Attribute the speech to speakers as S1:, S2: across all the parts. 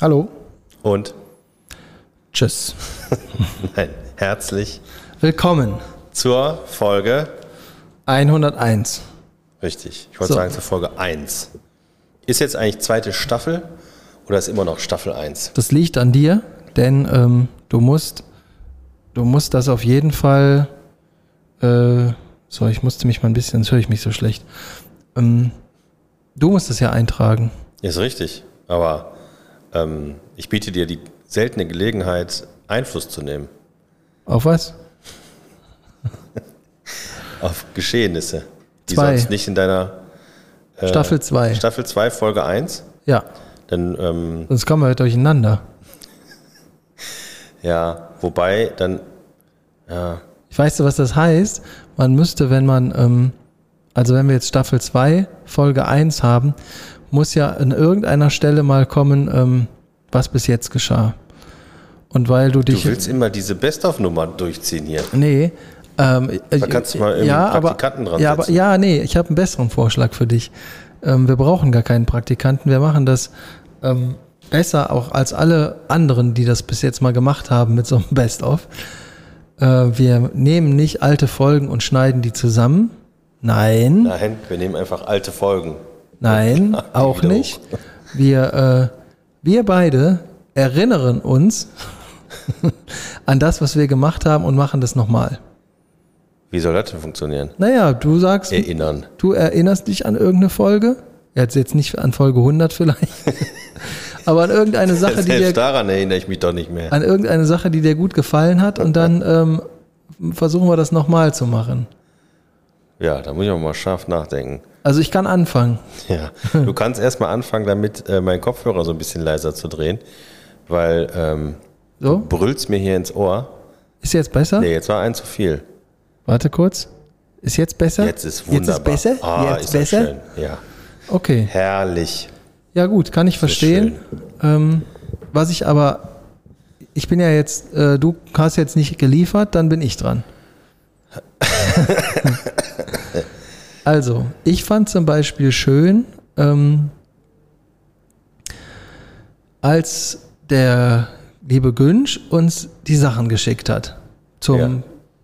S1: Hallo.
S2: Und
S1: Tschüss.
S2: nein, herzlich
S1: Willkommen.
S2: zur Folge.
S1: 101.
S2: Richtig, ich wollte
S1: So.
S2: sagen zur Folge 1. Ist jetzt eigentlich zweite Staffel oder ist immer noch Staffel 1?
S1: Das liegt an dir, denn ähm, du musst, du musst das auf jeden Fall. Äh, so, ich musste mich mal ein bisschen, jetzt höre ich mich so schlecht. Ähm, du musst es ja eintragen.
S2: Ist richtig, aber ähm, ich biete dir die seltene Gelegenheit, Einfluss zu nehmen
S1: Auf was?
S2: auf Geschehnisse, die
S1: Zwei.
S2: sonst nicht in deiner äh,
S1: Staffel 2.
S2: Staffel 2, Folge 1.
S1: ja,
S2: Dann, ähm,
S1: sonst kommen wir halt durcheinander.
S2: ja, wobei, dann, ja,
S1: Ich weiß nicht, was das heißt. Man müsste, wenn man, ähm, also wenn wir jetzt Staffel 2, Folge 1 haben, muss ja an irgendeiner Stelle mal kommen, ähm, was bis jetzt geschah. Und weil du
S2: du
S1: dich.
S2: willst immer diese Best-of-Nummer durchziehen hier.
S1: nee. Ähm, ich-
S2: kannst du mal irgendwie
S1: ja,
S2: einen
S1: aber,
S2: Praktikanten dran
S1: ja, aber,
S2: setzen.
S1: ja, nee, ich habe einen besseren Vorschlag für dich. Ähm, wir brauchen gar keinen Praktikanten. Wir machen das ähm, besser auch als alle anderen, die das bis jetzt mal gemacht haben mit so einem Best-of. Äh, wir nehmen nicht alte Folgen und schneiden die zusammen. Nein.
S2: Nein, wir nehmen einfach alte Folgen.
S1: Nein,
S2: Ach, die
S1: auch
S2: wieder
S1: nicht. Wir, äh, wir beide erinnern uns an das, was wir gemacht haben und machen das nochmal.
S2: Wie soll das denn funktionieren?
S1: Naja, du sagst,
S2: Erinnern.
S1: du erinnerst dich an irgendeine Folge. Jetzt, jetzt nicht an Folge 100 vielleicht, aber an irgendeine Sache, die
S2: Selbst
S1: dir,
S2: daran erinnere ich mich doch nicht mehr.
S1: an irgendeine Sache, die dir gut gefallen hat und dann ähm, versuchen wir das nochmal zu machen.
S2: Ja, da muss ich auch mal scharf nachdenken.
S1: Also ich kann anfangen.
S2: Ja, du kannst erstmal anfangen, damit äh, meinen Kopfhörer so ein bisschen leiser zu drehen, weil ähm,
S1: So,
S2: brüllst mir hier ins Ohr.
S1: ist jetzt besser?
S2: Nee, jetzt war ein zu viel.
S1: Warte kurz. Ist jetzt besser?
S2: Jetzt ist wunderbar.
S1: Jetzt ist besser?
S2: Ah,
S1: jetzt
S2: ist das
S1: besser?
S2: Schön. Ja,
S1: Okay.
S2: herrlich.
S1: Ja, gut, kann ich
S2: Das ist
S1: verstehen. Ähm, was ich aber, ich bin ja jetzt, äh, du hast jetzt nicht geliefert, dann bin ich dran. also, ich fand zum Beispiel schön, ähm, als der liebe Günsch uns die Sachen geschickt hat zum
S2: Ja.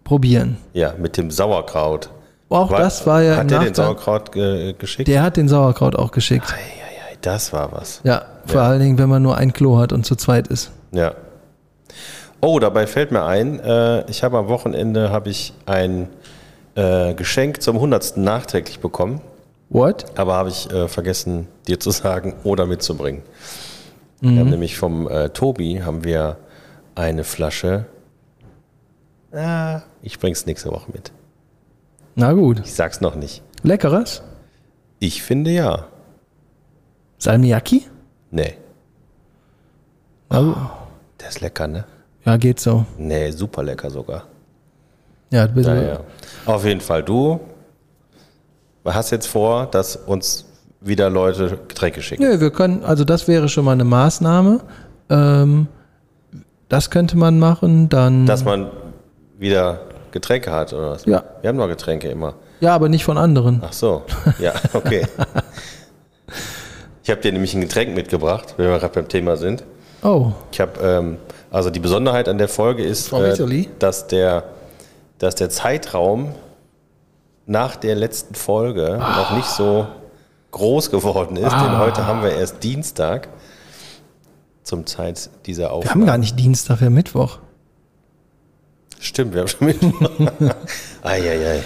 S1: Probieren.
S2: Ja, mit dem Sauerkraut.
S1: Auch
S2: Wa-
S1: das war ja im
S2: Hat der den
S1: Nachgang.
S2: Sauerkraut ge geschickt?
S1: Der hat den Sauerkraut auch geschickt.
S2: Eieiei, das war was.
S1: Ja, vor allen Dingen, wenn man nur ein Klo hat und zu zweit ist.
S2: Ja. Oh, dabei fällt mir ein, äh, ich habe am Wochenende habe ich ein äh, Geschenk zum 100. nachträglich bekommen,
S1: What?
S2: aber habe ich äh, vergessen, dir zu sagen oder mitzubringen. Wir haben nämlich vom äh, Tobi haben wir eine Flasche. Ah, ich bring's nächste Woche mit.
S1: Na gut.
S2: Ich sag's noch nicht.
S1: Leckeres?
S2: Ich finde ja.
S1: Salmiakki?
S2: Nee,
S1: Na gut.
S2: der ist lecker, ne?
S1: Ja, geht so.
S2: Nee, super lecker sogar.
S1: Ja, ein bisschen.
S2: Ja, ja. Auf jeden Fall, du hast jetzt vor, dass uns wieder Leute Getränke schicken.
S1: Nö, wir können, also das wäre schon mal eine Maßnahme. Ähm, das könnte man machen, dann.
S2: Dass man wieder Getränke hat oder was?
S1: Ja.
S2: Wir haben noch Getränke immer.
S1: ja, aber nicht von anderen.
S2: Ach so. Ja, okay. ich habe dir nämlich ein Getränk mitgebracht, wenn wir gerade beim Thema sind.
S1: Oh,
S2: Ich habe, ähm, also die Besonderheit an der Folge ist, äh,
S1: Frau Vitoli?
S2: dass, der, dass der Zeitraum nach der letzten Folge noch nicht so groß geworden ist,
S1: Ah.
S2: denn heute haben wir erst Dienstag zum Zeit dieser
S1: wir haben
S2: Aufnahme.
S1: gar nicht Dienstag, wir haben Mittwoch.
S2: Stimmt, wir haben schon mit. Eieiei. Äh,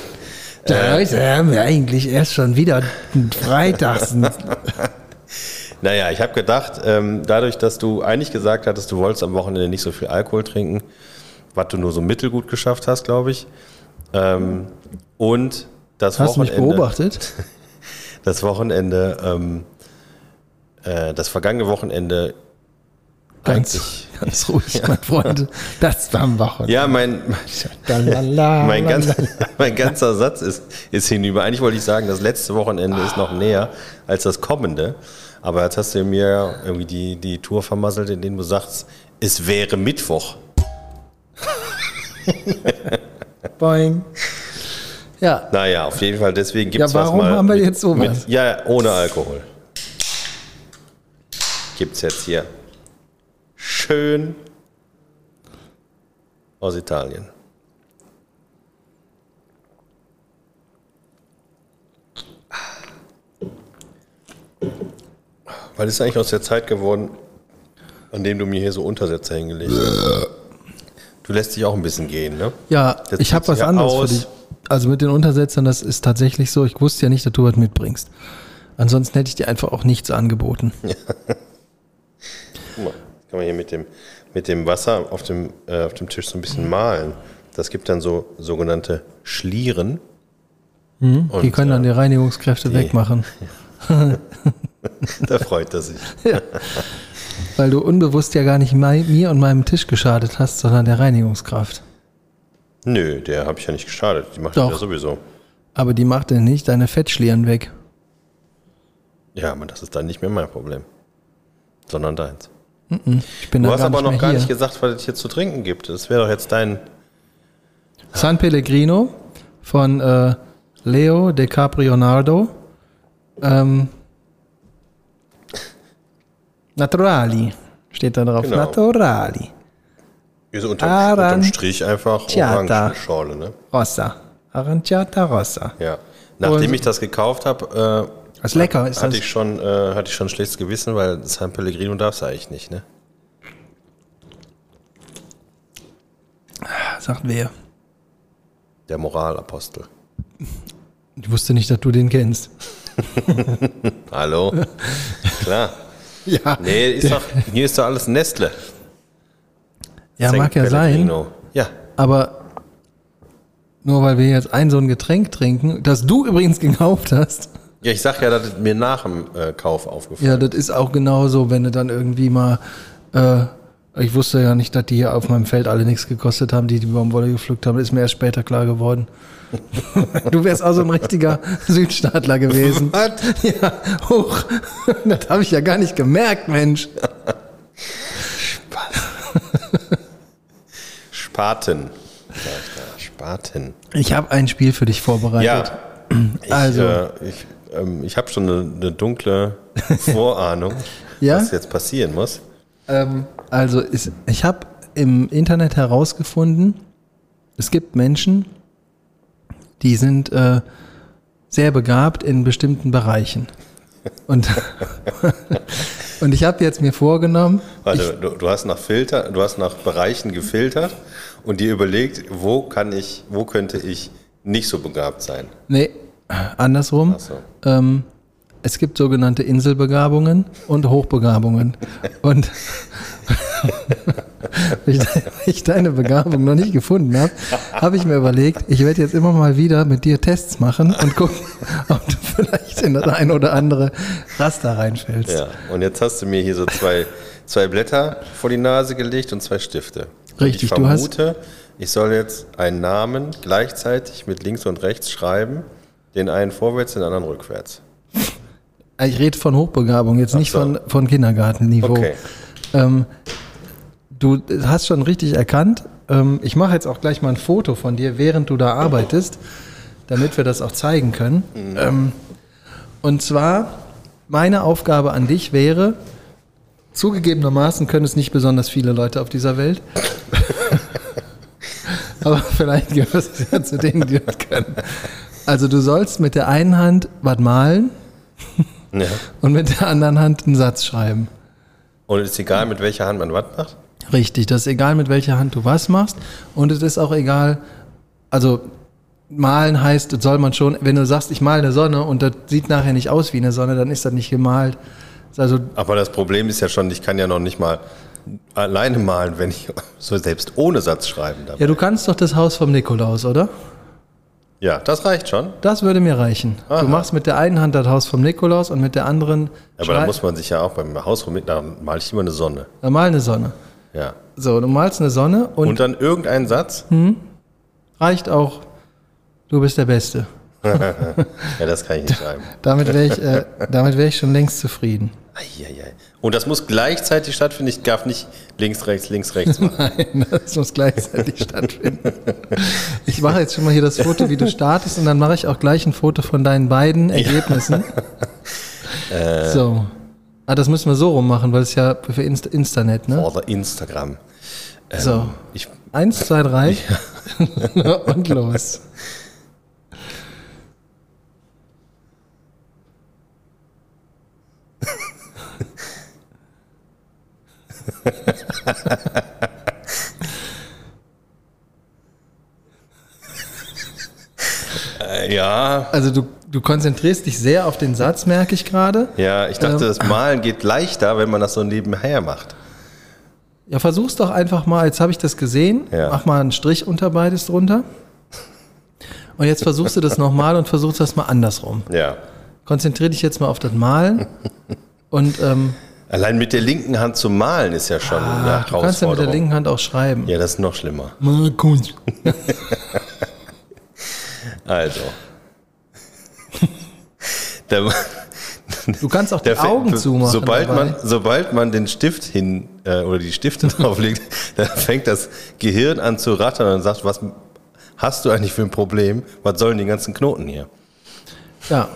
S1: Da haben wir eigentlich erst schon wieder Freitags.
S2: Naja, ich habe gedacht, ähm, dadurch, dass du eigentlich gesagt hattest, du wolltest am Wochenende nicht so viel Alkohol trinken, was du nur so mittelgut geschafft hast, glaube ich. Ähm, und das
S1: Hast du mich
S2: Wochenende.
S1: beobachtet?
S2: das Wochenende, ähm, äh, das vergangene Wochenende
S1: Ganz,
S2: eigentlich-
S1: ganz ruhig, mein Freund. Das war am Wochenende.
S2: Ja, mein, mein, ganz, mein ganzer Satz ist, ist hinüber. Eigentlich wollte ich sagen, das letzte Wochenende ist noch näher als das kommende. Aber jetzt hast du mir irgendwie die, die Tour vermasselt, indem du sagst, es wäre Mittwoch.
S1: Boing. Ja,
S2: Naja, auf jeden Fall, deswegen gibt es
S1: Ja,
S2: was
S1: warum
S2: mal.
S1: haben wir
S2: mit-
S1: jetzt sowas?
S2: mit- Ja, ohne Alkohol. Gibt es jetzt hier. schön aus Italien. Weil ist eigentlich aus der Zeit geworden, an dem du mir hier so Untersätze hingelegt hast. Du lässt dich auch ein bisschen gehen, ne?
S1: Ja,
S2: Jetzt
S1: ich habe
S2: zieht's
S1: was
S2: ja
S1: anderes
S2: aus.
S1: für dich. Also mit den Untersetzern, das ist tatsächlich so. Ich wusste ja nicht, dass du was mitbringst. Ansonsten hätte ich dir einfach auch nichts angeboten.
S2: Guck mal, kann man hier mit dem, mit dem Wasser auf dem, äh, auf dem Tisch so ein bisschen malen. Das gibt dann so sogenannte Schlieren. Und,
S1: Mhm, die können dann die
S2: äh,
S1: Reinigungskräfte wegmachen.
S2: da freut er sich.
S1: Ja. Weil du unbewusst ja gar nicht mei mir und meinem Tisch geschadet hast, sondern der Reinigungskraft.
S2: Nö, der habe ich ja nicht geschadet. Die macht
S1: Doch.
S2: ja sowieso.
S1: Aber die macht denn nicht deine Fettschlieren weg.
S2: Ja, aber das ist dann nicht mehr mein Problem. Sondern deins.
S1: Ich bin
S2: Du
S1: da
S2: hast
S1: gar
S2: aber
S1: nicht
S2: noch
S1: mehr
S2: gar
S1: hier.
S2: nicht gesagt, was es hier zu trinken gibt. Das wäre doch jetzt dein.
S1: San Pellegrino von äh, Leo De Caprionardo. Ähm, Naturali steht da drauf.
S2: Genau.
S1: Naturali.
S2: Ist unter,
S1: Aran-
S2: unterm Strich einfach
S1: Ah, Tja, da.
S2: Orangenschorle, ne?
S1: Rossa. Aranciata Rossa.
S2: Ja. Nachdem
S1: Und-
S2: ich das gekauft habe, äh,
S1: Was lecker ist das.
S2: hatte ich schon, äh, hatte ich schon ein schlechtes Gewissen, weil San Pellegrino darfst du eigentlich nicht, ne?
S1: Sagt wer?
S2: Der Moralapostel.
S1: Ich wusste nicht, dass du den kennst.
S2: Hallo? Klar.
S1: Ja,
S2: Nee, ist doch, hier ist doch alles Nestle.
S1: ja
S2: San
S1: mag ja sein.
S2: Pellegrino. Ja.
S1: Aber nur weil wir jetzt ein so ein Getränk trinken, das du übrigens gekauft hast.
S2: Ja, ich sag ja, das ist mir nach dem äh, Kauf aufgefallen.
S1: Ja, das ist auch genauso, wenn du dann irgendwie mal, äh, ich wusste ja nicht, dass die hier auf meinem Feld alle nichts gekostet haben, die die Baumwolle gepflückt haben, ist mir erst später klar geworden. du wärst auch so ein richtiger Südstaatler gewesen.
S2: Was?
S1: Ja, hoch. Das habe ich ja gar nicht gemerkt, Mensch.
S2: Spaten. Ja, ja, Spaten.
S1: Ich habe ein Spiel für dich vorbereitet.
S2: Ja. Ich,
S1: Also.
S2: äh, ich, ähm, ich habe schon eine, eine dunkle Vorahnung,
S1: Ja?
S2: was jetzt passieren muss.
S1: Ähm, also ist, ich habe im Internet herausgefunden, es gibt Menschen, die sind äh, sehr begabt in bestimmten Bereichen. Und, und ich habe jetzt mir vorgenommen,
S2: Warte, du, du hast nach Filter, du hast nach Bereichen gefiltert und dir überlegt, wo kann ich, wo könnte ich nicht so begabt sein?
S1: nee, andersrum,
S2: Ach so.
S1: ähm, es gibt sogenannte Inselbegabungen und Hochbegabungen. Und weil ich, de- weil ich deine Begabung noch nicht gefunden habe, habe ich mir überlegt, ich werde jetzt immer mal wieder mit dir Tests machen und gucken, ob du vielleicht in das ein oder andere Raster reinfällst.
S2: Ja. Und jetzt hast du mir hier so zwei, zwei Blätter vor die Nase gelegt und zwei Stifte. Und
S1: Richtig,
S2: ich
S1: du hast-
S2: vermute, ich soll jetzt einen Namen gleichzeitig mit links und rechts schreiben, den einen vorwärts, den anderen rückwärts.
S1: Ich rede von Hochbegabung, jetzt nicht
S2: so.
S1: von, von Kindergartenniveau.
S2: Okay.
S1: Ähm, du hast schon richtig erkannt. Ähm, ich mache jetzt auch gleich mal ein Foto von dir, während du da arbeitest, damit wir das auch zeigen können. Ähm, und zwar, meine Aufgabe an dich wäre, zugegebenermaßen können es nicht besonders viele Leute auf dieser Welt. Aber vielleicht gehört es ja zu denen, die das können. Also du sollst mit der einen Hand was malen
S2: Ja.
S1: und mit der anderen Hand einen Satz schreiben.
S2: Und ist egal, mit welcher Hand man was macht?
S1: Richtig, das ist egal, mit welcher Hand du was machst. Und es ist auch egal, also malen heißt, das soll man schon, wenn du sagst, ich male eine Sonne und das sieht nachher nicht aus wie eine Sonne, dann ist das nicht gemalt. Ist Also,
S2: Aber das Problem ist ja schon, ich kann ja noch nicht mal alleine malen, wenn ich so selbst ohne Satz schreiben darf.
S1: ja,
S2: Ja,
S1: du kannst doch das Haus vom Nikolaus, oder?
S2: das reicht schon.
S1: Das würde mir reichen.
S2: Aha.
S1: Du machst mit der einen Hand das Haus vom Nikolaus und mit der anderen
S2: Aber da
S1: schrei-
S2: muss man sich ja auch beim Haus rum da mal ich immer eine Sonne.
S1: äh, mal eine Sonne.
S2: Ja.
S1: So, du malst eine Sonne und, Hm.
S2: Und dann irgendeinen Satz?
S1: reicht auch, du bist der Beste.
S2: Ja, das kann ich nicht schreiben.
S1: Damit wäre ich, äh, damit wär ich schon längst zufrieden.
S2: Eieiei. Und das muss gleichzeitig stattfinden. Ich darf nicht links, rechts, links, rechts machen.
S1: Nein, das muss gleichzeitig stattfinden. Ich mache jetzt schon mal hier das Foto, wie du startest, und dann mache
S2: Äh.
S1: ich auch gleich ein Foto von deinen beiden Ergebnissen. So. Ah, das müssen wir so rum machen, weil es ja für Inst Internet, ne?
S2: Oder Instagram. Ähm,
S1: so.
S2: Ich,
S1: Eins, zwei, drei. Und los.
S2: Äh, ja,
S1: Also du, du konzentrierst dich sehr auf den Satz, merke ich gerade.
S2: ja, ich dachte,
S1: Ähm.
S2: das Malen geht leichter, wenn man das so nebenher macht.
S1: Ja, versuch's doch einfach mal. Jetzt habe ich das gesehen.
S2: Ja.
S1: Mach mal einen Strich unter beides drunter. Und jetzt versuchst du das nochmal und versuchst das mal andersrum.
S2: Ja.
S1: Konzentrier dich jetzt mal auf das Malen. Und ähm,
S2: Allein mit der linken Hand zu malen ist ja schon eine
S1: ach, Ah, du kannst ja
S2: Herausforderung.
S1: mit der linken Hand auch schreiben.
S2: ja, das ist noch schlimmer.
S1: Markus.
S2: Also. der,
S1: Du kannst auch die
S2: der-
S1: Augen zumachen.
S2: Sobald
S1: dabei.
S2: man, sobald man den Stift hin äh, oder die Stifte drauflegt, dann fängt das Gehirn an zu rattern und sagt, was hast du eigentlich für ein Problem? Was sollen die ganzen Knoten hier?
S1: Ja,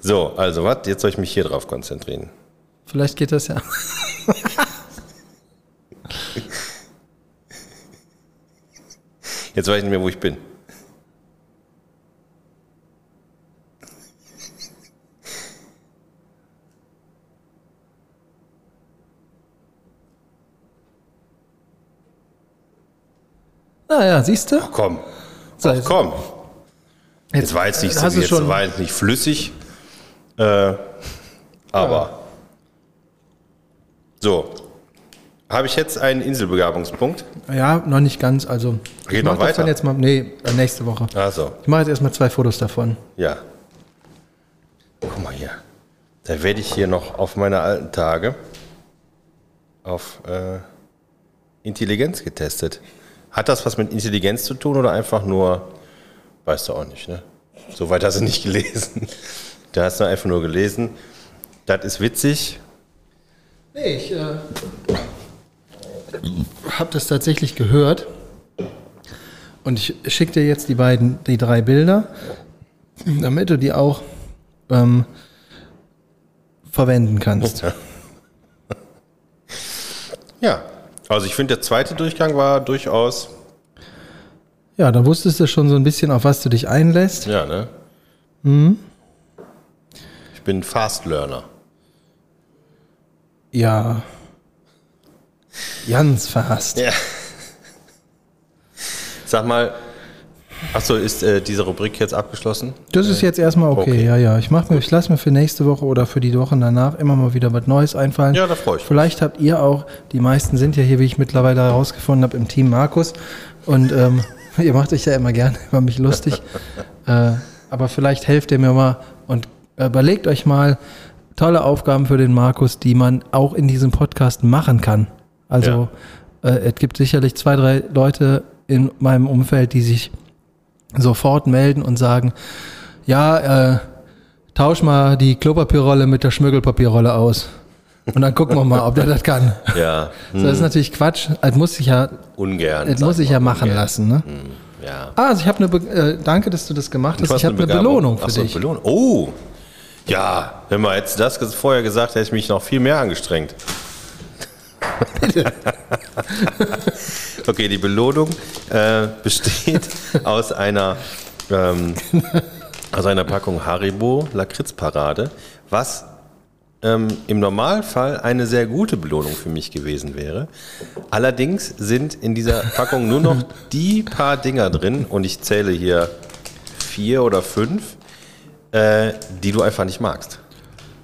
S2: So, also was? Jetzt soll ich mich hier drauf konzentrieren.
S1: vielleicht geht das ja.
S2: Jetzt weiß ich nicht mehr, wo ich bin.
S1: Naja, Ah siehst du?
S2: Komm,
S1: So, jetzt,
S2: komm. Jetzt war jetzt nicht,
S1: äh, hast du
S2: jetzt
S1: schon.
S2: war jetzt nicht flüssig. Äh, aber. So. Habe ich jetzt einen Inselbegabungspunkt?
S1: Ja, noch nicht ganz. Also,
S2: Geht
S1: ich
S2: noch
S1: mach davon
S2: weiter?
S1: Jetzt mal, nee, äh, nächste Woche.
S2: Also,
S1: Ich mache jetzt erstmal zwei Fotos davon.
S2: ja. Guck mal hier. Da werde ich hier noch auf meine alten Tage auf äh, Intelligenz getestet. Hat das was mit Intelligenz zu tun oder einfach nur, weißt du auch nicht, ne? Soweit hast du nicht gelesen. Da hast du einfach nur gelesen. Das ist witzig,
S1: Nee, ich äh, habe das tatsächlich gehört. Und ich schicke dir jetzt die beiden, die drei Bilder, damit du die auch ähm, verwenden kannst.
S2: Ja, also ich finde, der zweite Durchgang war durchaus,
S1: Ja, dann wusstest du schon so ein bisschen, auf was du dich einlässt.
S2: ja, ne?
S1: Hm?
S2: Ich bin Fast Learner.
S1: Ja. Jans verhasst.
S2: Ja. Sag mal, achso, ist äh, diese Rubrik jetzt abgeschlossen?
S1: Das ist jetzt erstmal okay.
S2: okay.
S1: Ja, ja. Ich mach mir, ich lasse mir für nächste Woche oder für die Wochen danach immer mal wieder was Neues einfallen.
S2: Ja, da freu ich mich.
S1: Vielleicht habt ihr auch, die meisten sind ja hier, wie ich mittlerweile herausgefunden habe, im Team Markus. Und ähm, ihr macht euch ja immer gerne über mich lustig. äh, aber vielleicht helft ihr mir mal und überlegt euch mal tolle Aufgaben für den Markus, die man auch in diesem Podcast machen kann. Also äh, es gibt sicherlich zwei, drei Leute in meinem Umfeld, die sich sofort melden und sagen, ja, äh, tausch mal die Klopapierrolle mit der Schmögelpapierrolle aus. Und dann gucken wir mal, ob der das kann.
S2: Ja,
S1: So, das ist natürlich Quatsch. Das muss ich ja,
S2: ungern.
S1: das
S2: sag
S1: muss ich ja
S2: mal, Mhm.
S1: machen
S2: ungern.
S1: lassen. Ne?
S2: Ja.
S1: Ah, also ich habe eine. Be äh, danke, dass du das gemacht hast.
S2: Du hast
S1: Ich habe eine
S2: Begabung.
S1: Belohnung für
S2: Ach so,
S1: dich.
S2: Belohnung. Oh, ja, wenn man jetzt das ges- vorher gesagt hätte, ich mich noch viel mehr angestrengt. okay, die Belohnung äh, besteht aus einer, ähm, aus einer Packung Haribo Lakritzparade, was ähm, im Normalfall eine sehr gute Belohnung für mich gewesen wäre. Allerdings sind in dieser Packung nur noch die paar Dinger drin und ich zähle hier vier oder fünf, äh, die du einfach nicht magst.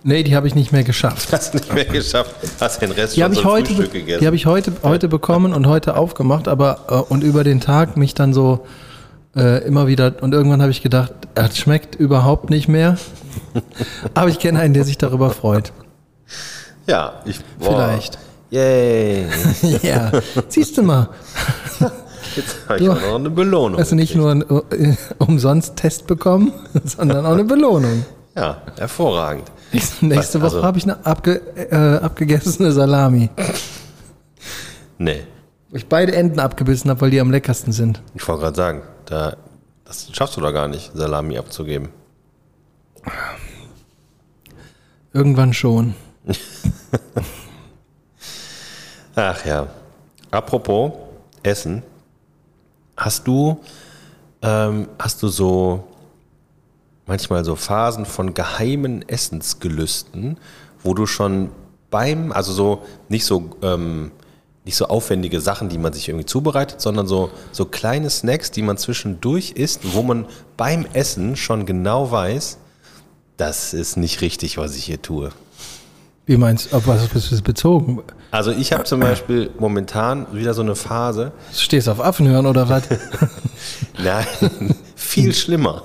S1: Nee, die habe ich nicht mehr geschafft.
S2: Hast nicht mehr geschafft, hast den Rest
S1: Die
S2: schon
S1: habe ich,
S2: zum
S1: heute,
S2: Frühstück
S1: be-
S2: gegessen.
S1: die hab ich heute, heute bekommen und heute aufgemacht, aber äh, und über den Tag mich dann so äh, immer wieder und irgendwann habe ich gedacht, das schmeckt überhaupt nicht mehr. aber ich kenne einen, der sich darüber freut.
S2: ja, ich boah.
S1: Vielleicht.
S2: Yay.
S1: ja, siehst du mal,
S2: Jetzt habe ich auch noch eine Belohnung.
S1: hast du Also nicht
S2: gekriegt.
S1: nur einen äh, umsonst Test bekommen, sondern auch eine Belohnung.
S2: Ja, hervorragend.
S1: Nächste
S2: Was,
S1: Woche
S2: also-
S1: habe ich eine abge, äh, abgegessene Salami,
S2: Nee,
S1: wo ich beide Enden abgebissen habe, weil die am leckersten sind.
S2: ich wollte gerade sagen, da, das schaffst du da gar nicht, Salami abzugeben.
S1: Irgendwann schon.
S2: Ach ja. Apropos Essen. Hast du, ähm, hast du so manchmal so Phasen von geheimen Essensgelüsten, wo du schon beim, also so nicht so, ähm, nicht so aufwendige Sachen, die man sich irgendwie zubereitet, sondern so, so kleine Snacks, die man zwischendurch isst, wo man beim Essen schon genau weiß, das ist nicht richtig, was ich hier tue.
S1: Wie meinst du, auf was bist du bezogen?
S2: Also ich habe zum Beispiel momentan wieder so eine Phase.
S1: Stehst auf Affen hören oder was?
S2: Nein, viel schlimmer.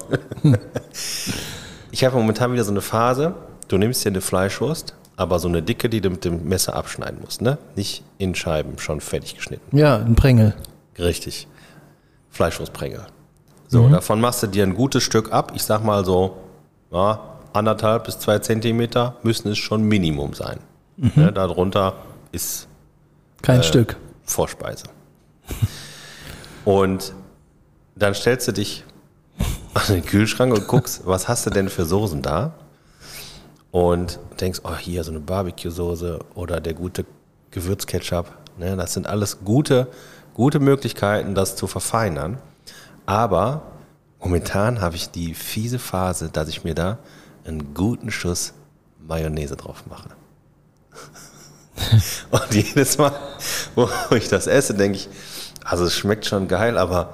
S2: Ich habe momentan wieder so eine Phase, du nimmst dir eine Fleischwurst, aber so eine dicke, die du mit dem Messer abschneiden musst, ne? Nicht in Scheiben, schon fertig geschnitten.
S1: Ja, ein Prängel.
S2: Richtig. Fleischwurstprängel. So, mhm. davon machst du dir ein gutes Stück ab. Ich sag mal so, ja, anderthalb bis zwei Zentimeter müssen es schon Minimum sein. Mhm. Ne, darunter ist
S1: kein äh, Stück
S2: Vorspeise. und dann stellst du dich an den Kühlschrank und guckst, was hast du denn für Soßen da? Und denkst, oh, hier so eine Barbecue-Soße oder der gute Gewürzketchup. Ne, das sind alles gute, gute Möglichkeiten, das zu verfeinern. Aber momentan habe ich die fiese Phase, dass ich mir da einen guten Schuss Mayonnaise drauf mache. Und jedes Mal, wo ich das esse, denke ich, also es schmeckt schon geil, aber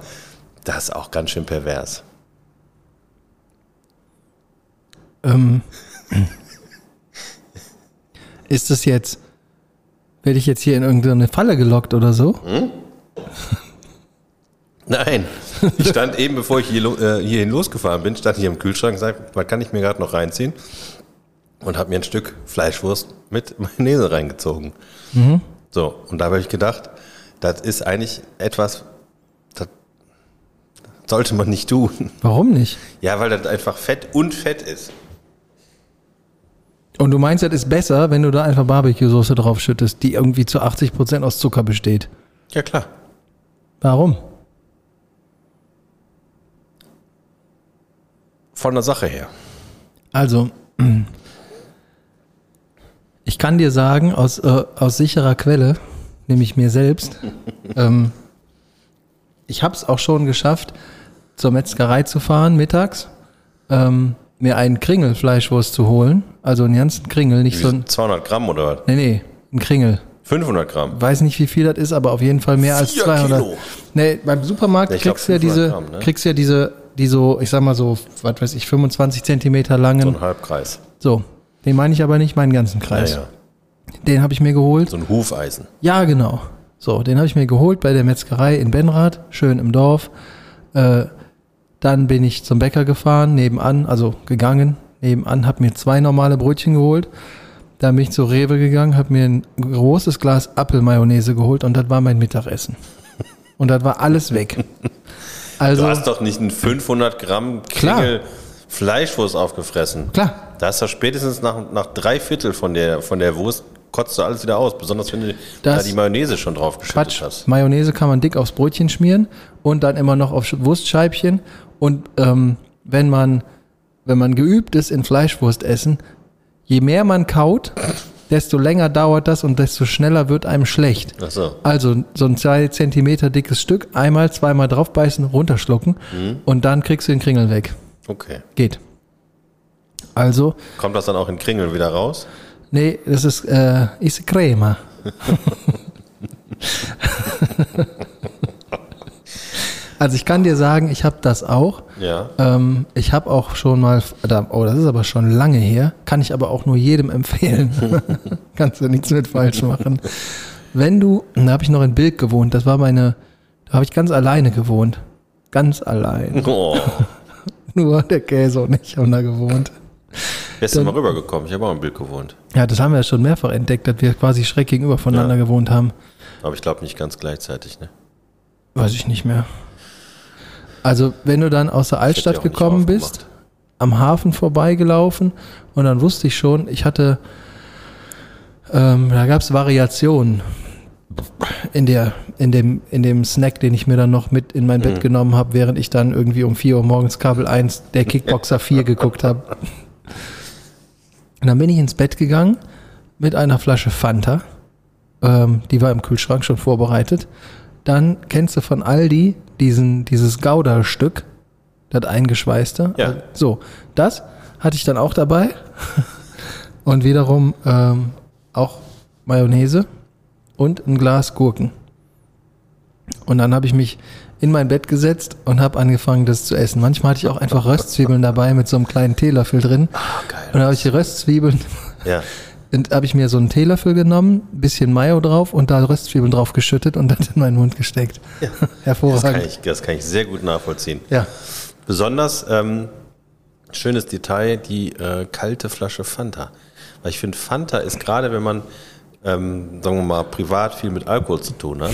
S2: das ist auch ganz schön pervers.
S1: Ähm, ist das jetzt, werde ich jetzt hier in irgendeine Falle gelockt oder so? Hm?
S2: Nein. Ich stand eben, bevor ich hier, äh, hierhin losgefahren bin, stand hier im Kühlschrank und sagte, was kann ich mir gerade noch reinziehen? Und habe mir ein Stück Fleischwurst mit Mayonnaise reingezogen. Mhm. So, und da habe ich gedacht, das ist eigentlich etwas, das sollte man nicht tun.
S1: Warum nicht?
S2: Ja, weil das einfach Fett und Fett ist.
S1: Und du meinst, das ist besser, wenn du da einfach Barbecue-Soße draufschüttest, die irgendwie zu 80% Prozent aus Zucker besteht?
S2: Ja, klar.
S1: Warum?
S2: von der Sache her?
S1: Also, ich kann dir sagen, aus, äh, aus sicherer Quelle, nämlich mir selbst, ähm, ich habe es auch schon geschafft, zur Metzgerei zu fahren mittags, ähm, mir einen Kringel Fleischwurst zu holen, also einen ganzen Kringel, nicht
S2: wie
S1: so ein...
S2: 200 Gramm oder was?
S1: Nee, nee, ein Kringel.
S2: 500 Gramm?
S1: Weiß nicht, wie viel das ist, aber auf jeden Fall mehr als 200. Kilo. Nee, beim Supermarkt
S2: Ich glaub,
S1: kriegst du ja diese,
S2: 500 Gramm, ne?
S1: kriegst ja diese, die so, ich sag mal so, was weiß ich, 25 Zentimeter
S2: So
S1: langen.
S2: ein Halbkreis.
S1: So, den meine ich aber nicht, meinen ganzen Kreis.
S2: Naja,
S1: Den habe ich mir geholt.
S2: so ein Hufeisen.
S1: Ja, genau. So, den habe ich mir geholt bei der Metzgerei in Benrath, schön im Dorf. Äh, dann bin ich zum Bäcker gefahren, nebenan, also gegangen, nebenan, habe mir zwei normale Brötchen geholt. Dann bin ich zu Rewe gegangen, habe mir ein großes Glas Apfelmayonnaise geholt und das war mein Mittagessen. Und das war alles weg.
S2: Du
S1: Also,
S2: hast doch nicht einen 500 Gramm
S1: Klar.
S2: Kringel Fleischwurst aufgefressen.
S1: klar,
S2: Da hast du spätestens nach, nach drei Viertel von der, von der Wurst kotzt du alles wieder aus. Besonders wenn du da
S1: Das-
S2: die Mayonnaise schon drauf geschüttet
S1: Quatsch.
S2: hast.
S1: Mayonnaise kann man dick aufs Brötchen schmieren und dann immer noch auf Sch- Wurstscheibchen. Und ähm, wenn man wenn man geübt ist in Fleischwurst essen, je mehr man kaut, desto länger dauert das und desto schneller wird einem schlecht.
S2: Ach so.
S1: Also so ein zwei Zentimeter dickes Stück, einmal, zweimal draufbeißen, runterschlucken und dann kriegst du den Kringel weg.
S2: Okay.
S1: Geht. Also,
S2: Kommt das dann auch in Kringel wieder raus?
S1: nee, das ist äh, ist Crema. also ich kann dir sagen, ich habe das auch.
S2: Ja.
S1: Ähm, ich habe auch schon mal, da- oh, das ist aber schon lange her, kann ich aber auch nur jedem empfehlen. Kannst du nichts mit falsch machen. Wenn du, da habe ich noch in Bild gewohnt, das war meine, da habe ich ganz alleine gewohnt. Ganz allein.
S2: Oh,
S1: Nur der Käse und ich haben da gewohnt.
S2: bist du mal rübergekommen? Ich habe auch im Bild gewohnt.
S1: Ja, das haben wir ja schon mehrfach entdeckt, dass wir quasi schräg gegenüber voneinander gewohnt haben.
S2: Aber ich glaube nicht ganz gleichzeitig. Ne?
S1: Weiß ich nicht mehr. Also, wenn du dann aus der
S2: Ich hätte die
S1: Altstadt
S2: auch nicht
S1: gekommen
S2: aufgemacht.
S1: bist, am Hafen vorbeigelaufen und dann wusste ich schon, ich hatte, ähm, da gab es Variationen in, der, in, dem, in dem Snack, den ich mir dann noch mit in mein
S2: Mhm.
S1: Bett genommen habe, während ich dann irgendwie um 4 Uhr morgens Kabel 1 der Kickboxer 4 geguckt habe. Und dann bin ich ins Bett gegangen mit einer Flasche Fanta. Ähm, die war im Kühlschrank schon vorbereitet. Dann kennst du von Aldi diesen, dieses Gouda-Stück, das eingeschweißte.
S2: Ja.
S1: Also, so, das hatte ich dann auch dabei. und wiederum ähm, auch Mayonnaise und ein Glas Gurken. Und dann habe ich mich in mein Bett gesetzt und habe angefangen, das zu essen. Manchmal hatte ich auch einfach Röstzwiebeln dabei mit so einem kleinen Teelöffel drin.
S2: geil.
S1: Und dann habe ich die Röstzwiebeln
S2: Ja.
S1: und habe ich mir so einen Teelöffel genommen, bisschen Mayo drauf und da Röstzwiebeln drauf geschüttet und dann in meinen Mund gesteckt.
S2: Das kann,
S1: Hervorragend.
S2: ich, das kann ich sehr gut nachvollziehen.
S1: Ja,
S2: Besonders ähm, schönes Detail, die äh, kalte Flasche Fanta. Weil ich finde, Fanta ist gerade, wenn man, ähm, sagen wir mal, privat viel mit Alkohol zu tun hat,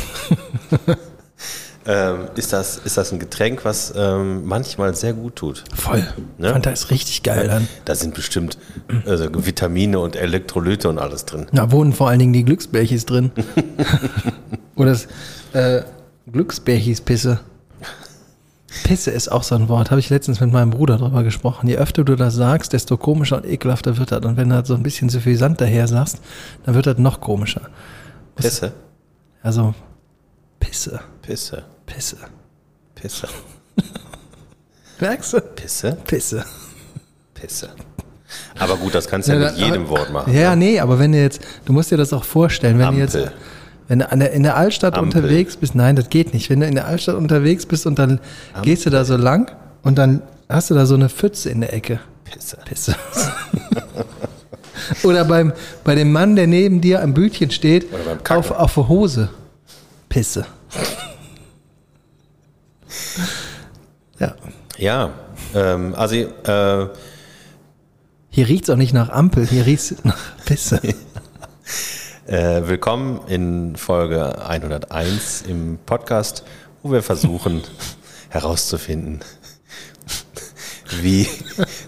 S2: ähm, ist, das, ist das ein Getränk, was ähm, manchmal sehr gut tut.
S1: voll.
S2: Ne?
S1: Fanta ist richtig geil dann.
S2: Da sind bestimmt also, Vitamine und Elektrolyte und alles drin.
S1: Da wohnen vor allen Dingen die Glücksbärchis drin. Oder das äh, Glücksbärchis-Pisse. Pisse ist auch so ein Wort. Habe ich letztens mit meinem Bruder drüber gesprochen. Je öfter du das sagst, desto komischer und ekelhafter wird das. Und wenn du das so ein bisschen suffisant daher sagst, dann wird das noch komischer.
S2: Pisse,
S1: Also, Pisse,
S2: Pisse,
S1: Pisse.
S2: Pisse,
S1: Merkst du?
S2: Pisse,
S1: Pisse.
S2: Pisse. Aber gut, das kannst du ja mit
S1: da-
S2: jedem Wort machen.
S1: Ja, nee, aber wenn du jetzt, du musst dir das auch vorstellen, wenn du
S2: Ampel.
S1: jetzt wenn du an der, in der Altstadt
S2: Ampel.
S1: unterwegs bist, nein, das geht nicht. Wenn du in der Altstadt unterwegs bist und dann gehst du da so lang und dann hast du da so eine Pfütze in der Ecke.
S2: Pisse.
S1: Pisse. Oder beim, bei dem Mann, der neben dir am Bütchen steht,
S2: Oder beim
S1: auf,
S2: Kacken.
S1: auf der Hose. Pisse. ja.
S2: Ja, ähm, also äh,
S1: Hier riecht's auch nicht nach Ampel, hier riecht's nach Pisse.
S2: äh, willkommen in Folge 101 im Podcast, wo wir versuchen herauszufinden, wie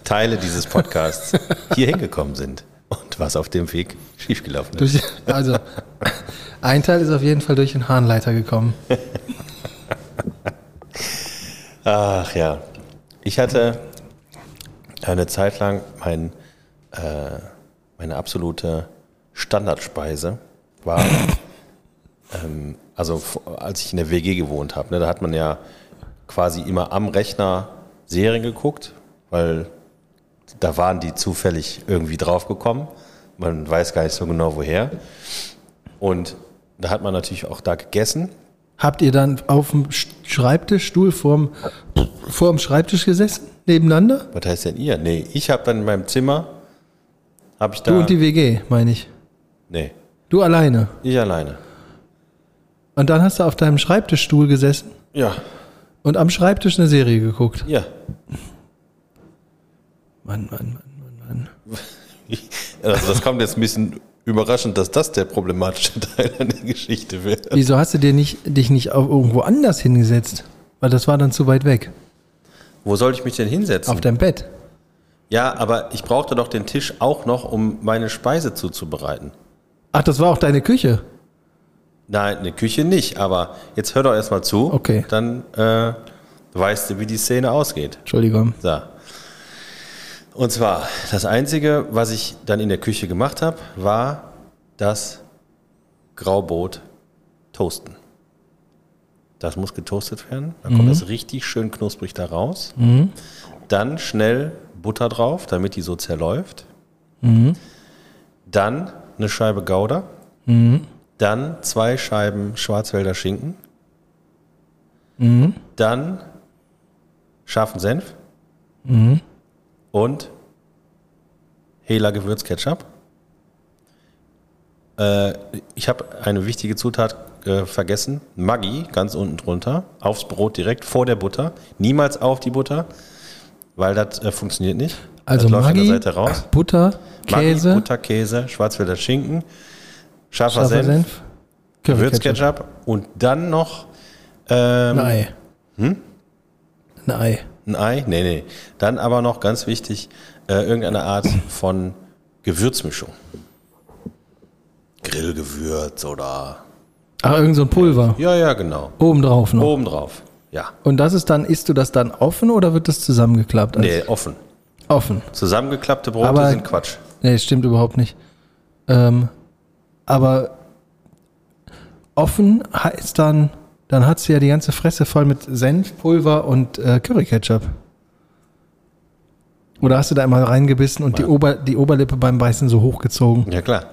S2: Teile dieses Podcasts hier hingekommen sind und was auf dem Weg schiefgelaufen ist.
S1: Durch, also, ein Teil ist auf jeden Fall durch den Harnleiter gekommen.
S2: Ach ja, ich hatte eine Zeit lang mein, äh, meine absolute Standardspeise war, ähm, also v- als ich in der WG gewohnt habe, ne, da hat man ja quasi immer am Rechner Serien geguckt, weil da waren die zufällig irgendwie draufgekommen. Man weiß gar nicht so genau woher. Und da hat man natürlich auch da gegessen.
S1: Habt ihr dann auf dem Sch- Schreibtischstuhl vorm, vorm Schreibtisch gesessen? Nebeneinander?
S2: Was heißt denn ihr? Nee, ich habe dann in meinem Zimmer, habe ich da.
S1: Du und die WG, meine ich.
S2: nee,
S1: Du alleine.
S2: ich alleine.
S1: Und dann hast du auf deinem Schreibtischstuhl gesessen
S2: Ja,
S1: und am Schreibtisch eine Serie geguckt.
S2: ja.
S1: Mann, Mann, Mann, Mann, Mann.
S2: Ich, also das kommt jetzt ein bisschen überraschend, dass das der problematische Teil an der Geschichte wird.
S1: Wieso hast du dir nicht, dich nicht auf irgendwo anders hingesetzt? Weil das war dann zu weit weg.
S2: Wo soll ich mich denn hinsetzen?
S1: Auf deinem Bett.
S2: ja, aber ich brauchte doch den Tisch auch noch, um meine Speise zuzubereiten.
S1: Ach, das war auch deine Küche.
S2: Nein, eine Küche nicht, aber jetzt hör doch erstmal zu.
S1: Okay.
S2: Dann äh, weißt du, wie die Szene ausgeht.
S1: Entschuldigung.
S2: So. Und zwar, das Einzige, was ich dann in der Küche gemacht habe, war das Graubrot toasten. Das muss getoastet werden. Dann kommt das richtig schön knusprig da raus. Dann schnell Butter drauf, damit die so zerläuft. Dann eine Scheibe Gouda.
S1: Mhm.
S2: Dann zwei Scheiben Schwarzwälder Schinken.
S1: Mhm.
S2: Dann scharfen Senf
S1: Mhm.
S2: und Hela Gewürzketchup. Äh, ich habe eine wichtige Zutat äh, vergessen. Maggi, ganz unten drunter, aufs Brot direkt, vor der Butter. Niemals auf die Butter, weil das äh, funktioniert nicht.
S1: Also
S2: das läuft an
S1: Maggi,
S2: der Seite raus.
S1: Butter, Käse,
S2: Maggi, Butter, Käse, Schwarzwälder Schinken, scharfer,
S1: scharfer
S2: Senf,
S1: Senf, Curry
S2: Gewürzketchup und dann noch ähm,
S1: Ein Ei. Hm? Ein Ei.
S2: Ein Ei? Nee, nee. Dann aber noch ganz wichtig, äh, irgendeine Art von Gewürzmischung. Grillgewürz oder.
S1: Ach, irgend so ein Pulver.
S2: Ja, ja, genau.
S1: Obendrauf noch.
S2: Obendrauf. Ja.
S1: Und das ist dann, isst du das dann offen oder wird das zusammengeklappt? Also
S2: Nee, offen.
S1: Offen.
S2: Zusammengeklappte Brote
S1: Aber-
S2: sind Quatsch.
S1: Nee, stimmt überhaupt nicht. Ähm, aber offen heißt dann, dann hat sie ja die ganze Fresse voll mit Senfpulver und äh, Curry-Ketchup. Oder hast du da einmal reingebissen und die, Ober, die Oberlippe beim Beißen so hochgezogen?
S2: Ja, klar.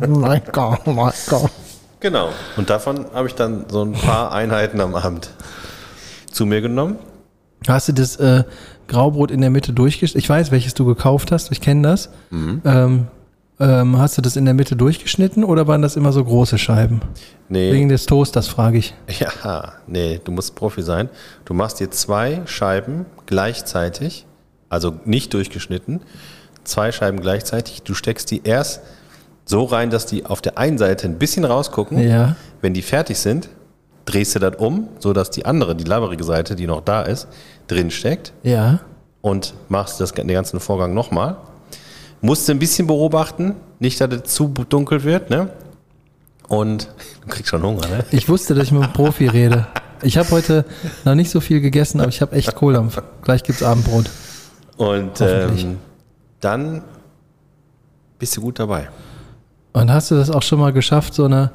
S1: lecker, lecker.
S2: Genau. Und davon habe ich dann so ein paar Einheiten am Abend zu mir genommen.
S1: Hast du das äh, Graubrot in der Mitte durchgeschnitten? Ich weiß, welches du gekauft hast, ich kenne das. Ähm, ähm, hast du das in der Mitte durchgeschnitten oder waren das immer so große Scheiben?
S2: Nee.
S1: Wegen des Toasters frage ich.
S2: Ja, nee, du musst Profi sein. Du machst dir zwei Scheiben gleichzeitig, also nicht durchgeschnitten, zwei Scheiben gleichzeitig. Du steckst die erst so rein, dass die auf der einen Seite ein bisschen rausgucken.
S1: Ja.
S2: Wenn die fertig sind, drehst du das um, sodass die andere, die labberige Seite, die noch da ist, drin steckt
S1: Ja.
S2: und machst das, den ganzen Vorgang nochmal. Musst du ein bisschen beobachten, nicht, dass es zu dunkel wird, ne? Und du kriegst schon Hunger, ne?
S1: Ich wusste, dass ich mit einem Profi rede. Ich habe heute noch nicht so viel gegessen, aber ich habe echt Kohldampf. Gleich gibt's Abendbrot.
S2: Und
S1: Hoffentlich.
S2: ähm, dann bist du gut dabei.
S1: Und hast du das auch schon mal geschafft, so eine,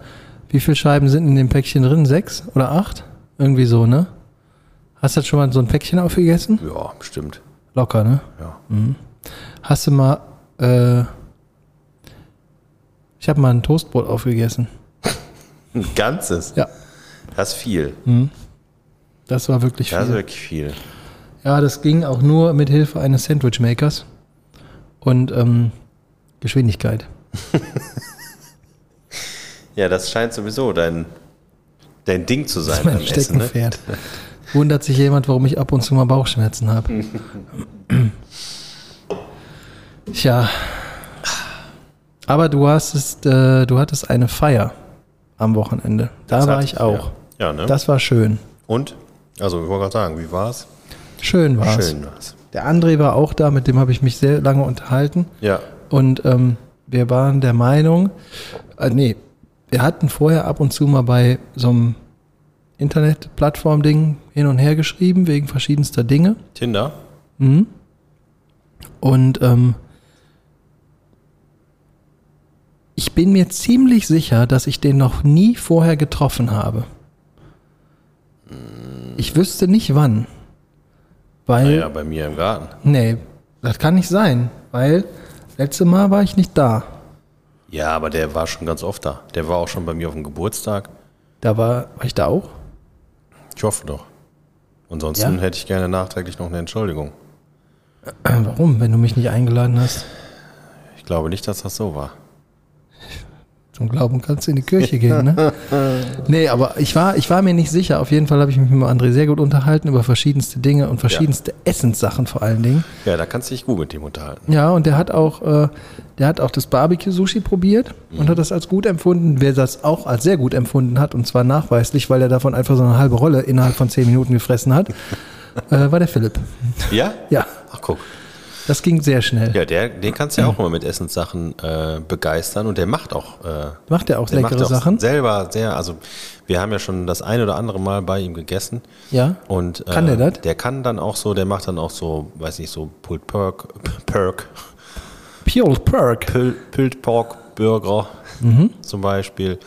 S1: wie viele Scheiben sind in dem Päckchen drin? Sechs oder acht? Irgendwie so, ne? Hast du das schon mal so ein Päckchen aufgegessen?
S2: Ja, bestimmt.
S1: Locker, ne?
S2: Ja.
S1: Hast du mal, äh, ich habe mal ein Toastbrot aufgegessen.
S2: Ein ganzes.
S1: Ja,
S2: Das ist viel.
S1: Hm. das war wirklich
S2: Das ist
S1: viel.
S2: wirklich viel.
S1: Ja, das ging auch nur mit Hilfe eines Sandwichmakers und ähm, Geschwindigkeit.
S2: Ja, das scheint sowieso dein, dein Ding zu sein
S1: mein
S2: beim Essen. Ne?
S1: Steckenpferd. Wundert sich jemand, warum ich ab und zu mal Bauchschmerzen habe. Tja. Aber du hast es, äh, du hattest eine Feier am Wochenende. Da
S2: Das
S1: war
S2: hat-
S1: ich auch.
S2: Ja, ja ne?
S1: Das war schön.
S2: Und? Also, ich wollte gerade sagen, wie war's?
S1: Schön war's.
S2: Schön war's.
S1: Der André war auch da, mit dem habe ich mich sehr lange unterhalten.
S2: Ja.
S1: Und ähm, wir waren der Meinung, äh, nee, wir hatten vorher ab und zu mal bei so einem Internetplattform-Ding hin und her geschrieben, wegen verschiedenster Dinge.
S2: Tinder?
S1: Und ähm, ich bin mir ziemlich sicher, dass ich den noch nie vorher getroffen habe. Ich wüsste nicht wann. Weil,
S2: Naja, bei mir im Garten.
S1: nee, das kann nicht sein, weil letzte Mal war ich nicht da.
S2: Ja, aber der war schon ganz oft da. Der war auch schon bei mir auf dem Geburtstag.
S1: Da war, war ich da auch?
S2: Ich hoffe doch. Ansonsten
S1: Ja?
S2: hätte ich gerne nachträglich noch eine Entschuldigung.
S1: Äh, Warum, wenn du mich nicht eingeladen hast?
S2: Ich glaube nicht, dass das so war.
S1: Zum Glauben kannst du in die Kirche gehen, ne? Nee, aber ich war, ich war mir nicht sicher. Auf jeden Fall habe ich mich mit André sehr gut unterhalten über verschiedenste Dinge und verschiedenste Essenssachen vor allen Dingen.
S2: Ja, da kannst du dich gut mit dem unterhalten.
S1: Ja, und der hat auch, äh, der hat auch das Barbecue-Sushi probiert
S2: Mhm.
S1: und hat das als gut empfunden. Wer das auch als sehr gut empfunden hat, und zwar nachweislich, weil er davon einfach so eine halbe Rolle innerhalb von zehn Minuten gefressen hat, äh, war der Philipp.
S2: Ja?
S1: Ja,
S2: Ach, guck.
S1: das ging sehr schnell.
S2: Ja, der, den kannst du ja auch immer mit Essenssachen äh, begeistern und der macht auch. Äh,
S1: Macht er auch
S2: der
S1: leckere
S2: macht ja auch
S1: Sachen?
S2: Selber sehr. Also, wir haben ja schon das ein oder andere Mal bei ihm gegessen.
S1: Ja.
S2: Und, äh,
S1: Kann der das?
S2: Der kann dann auch so, der macht dann auch so, weiß nicht, so Pulled Perk, Perk,
S1: Pure Perk.
S2: Pull- Pulled Pork Burger
S1: Mhm.
S2: zum Beispiel.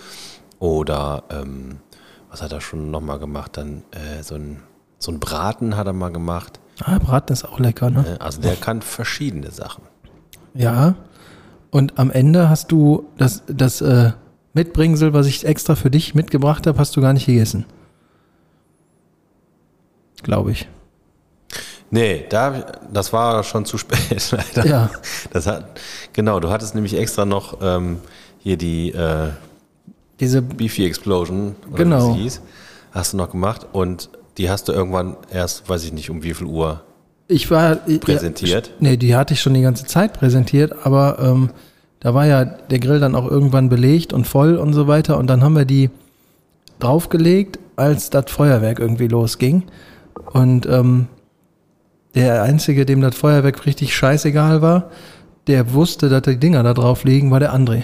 S2: Oder ähm, was hat er schon nochmal gemacht? Dann äh, so ein so ein Braten hat er mal gemacht.
S1: Ah, Braten ist auch lecker, ne?
S2: Ne? Also der kann verschiedene Sachen.
S1: Ja. Und am Ende hast du das, das äh, Mitbringsel, was ich extra für dich mitgebracht habe, hast du gar nicht gegessen. Glaube ich.
S2: Nee, da, hab ich- das war schon zu spät leider.
S1: Ja.
S2: Das hat, genau, du hattest nämlich extra noch ähm, hier die äh,
S1: Diese,
S2: Beefy Explosion, oder
S1: Genau.
S2: wie sie hieß, hast du noch gemacht und die hast du irgendwann erst, weiß ich nicht, um wie viel Uhr
S1: ich war. ich-
S2: präsentiert.
S1: Ja, nee, die hatte ich schon die ganze Zeit präsentiert, aber ähm, da war ja der Grill dann auch irgendwann belegt und voll und so weiter. Und dann haben wir die draufgelegt, als das Feuerwerk irgendwie losging. Und ähm, der Einzige, dem das Feuerwerk richtig scheißegal war, der wusste, dass die Dinger da drauf liegen, war der André.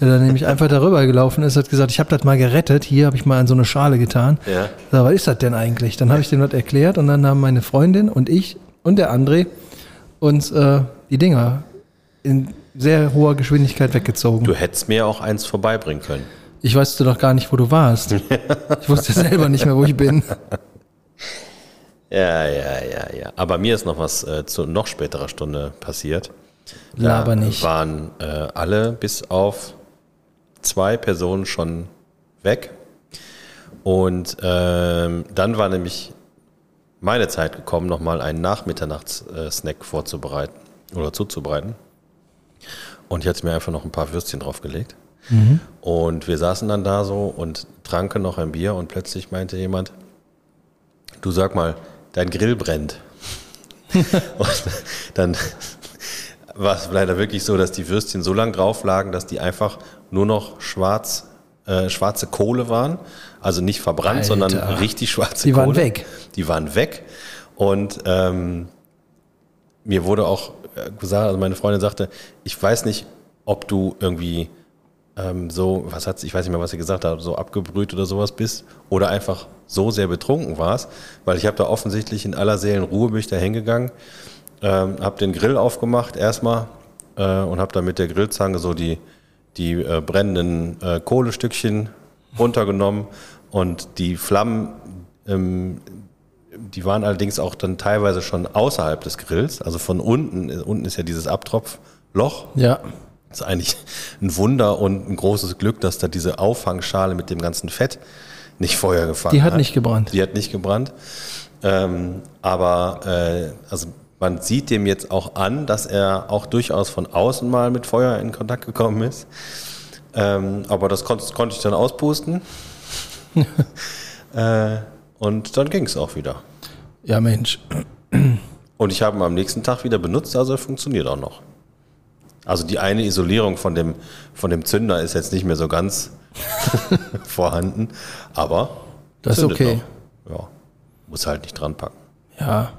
S1: Der dann nämlich einfach darüber gelaufen ist, hat gesagt, ich habe das mal gerettet, hier habe ich mal an so eine Schale getan.
S2: Ja.
S1: Sag, was ist das denn eigentlich? Dann habe ich dem das erklärt und dann haben meine Freundin und ich und der André uns äh, die Dinger in sehr hoher Geschwindigkeit weggezogen.
S2: Du hättest mir auch eins vorbeibringen können.
S1: Ich wusste doch gar nicht, wo du warst. ich wusste selber nicht mehr, wo ich bin.
S2: Ja, ja, ja, ja. Aber mir ist noch was äh, zu noch späterer Stunde passiert. Da
S1: Laber nicht.
S2: waren äh, alle bis auf zwei Personen schon weg. Und ähm, dann war nämlich meine Zeit gekommen, nochmal einen Nachmitternachts-Snack vorzubereiten oder zuzubereiten. Und ich hatte mir einfach noch ein paar Würstchen draufgelegt. Und wir saßen dann da so und tranken noch ein Bier und plötzlich meinte jemand, du sag mal, dein Grill brennt. und dann war es leider wirklich so, dass die Würstchen so lang drauf lagen, dass die einfach nur noch schwarz, äh, schwarze Kohle waren. Also nicht verbrannt,
S1: Alter.
S2: sondern richtig schwarze
S1: Die
S2: Kohle.
S1: waren weg.
S2: Die waren weg. Und ähm, mir wurde auch äh, gesagt, also meine Freundin sagte, ich weiß nicht, ob du irgendwie ähm, so, was hat sie- ich weiß nicht mehr, was sie gesagt hat, so abgebrüht oder sowas bist oder einfach so sehr betrunken warst, weil ich habe da offensichtlich in aller Seelenruhe bin ich da hingegangen, ähm, habe den Grill aufgemacht erstmal äh, und habe dann mit der Grillzange so die, die äh, brennenden äh, Kohlestückchen runtergenommen und die Flammen ähm, die waren allerdings auch dann teilweise schon außerhalb des Grills, also von unten. Unten ist ja dieses Abtropfloch.
S1: Ja.
S2: Das ist eigentlich ein Wunder und ein großes Glück, dass da diese Auffangschale mit dem ganzen Fett nicht Feuer gefangen
S1: Die hat nicht gebrannt.
S2: Die hat nicht gebrannt. Ähm, aber äh, also man sieht dem jetzt auch an, dass er auch durchaus von außen mal mit Feuer in Kontakt gekommen ist. Ähm, aber das kon konnte ich dann auspusten. äh, und dann ging es auch wieder.
S1: Ja, Mensch.
S2: Und ich habe ihn am nächsten Tag wieder benutzt, also er funktioniert auch noch. Also die eine Isolierung von dem, von dem Zünder ist jetzt nicht mehr so ganz vorhanden, aber
S1: Das ist
S2: zündet
S1: okay.
S2: noch. Ja, muss halt nicht dran packen.
S1: Ja.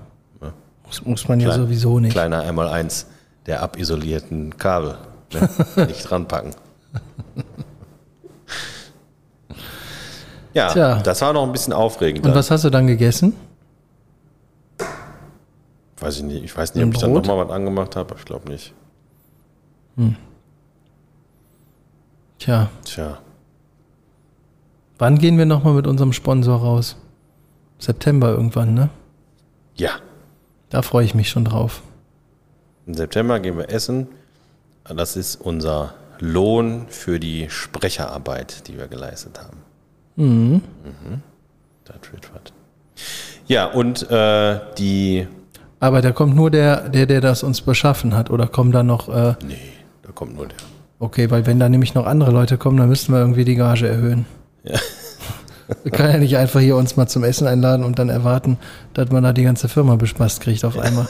S1: Muss, muss man ja sowieso nicht.
S2: Kleiner einmal eins der abisolierten Kabel. Ne? nicht dran packen. Ja,
S1: Tja.
S2: das war noch ein bisschen aufregend.
S1: Und was hast du dann gegessen?
S2: Weiß ich nicht. Ich weiß nicht,
S1: Ein
S2: ob ich dann
S1: Brot?
S2: nochmal was angemacht habe. Ich glaube nicht.
S1: Tja,
S2: Tja.
S1: wann gehen wir nochmal mit unserem Sponsor raus? September irgendwann, ne?
S2: Ja,
S1: Da freue ich mich schon drauf.
S2: Im September gehen wir essen. Das ist unser Lohn für die Sprecherarbeit, die wir geleistet haben. Mhm. Das wird was. Ja, und äh, die.
S1: Aber da kommt nur der, der, der das uns beschaffen hat. Oder kommen da noch, äh,
S2: Nee, da kommt nur der.
S1: okay, weil wenn da nämlich noch andere Leute kommen, dann müssten wir irgendwie die Gage erhöhen. Wir können ja nicht einfach hier uns mal zum Essen einladen und dann erwarten, dass man da die ganze Firma bespaßt kriegt auf einmal.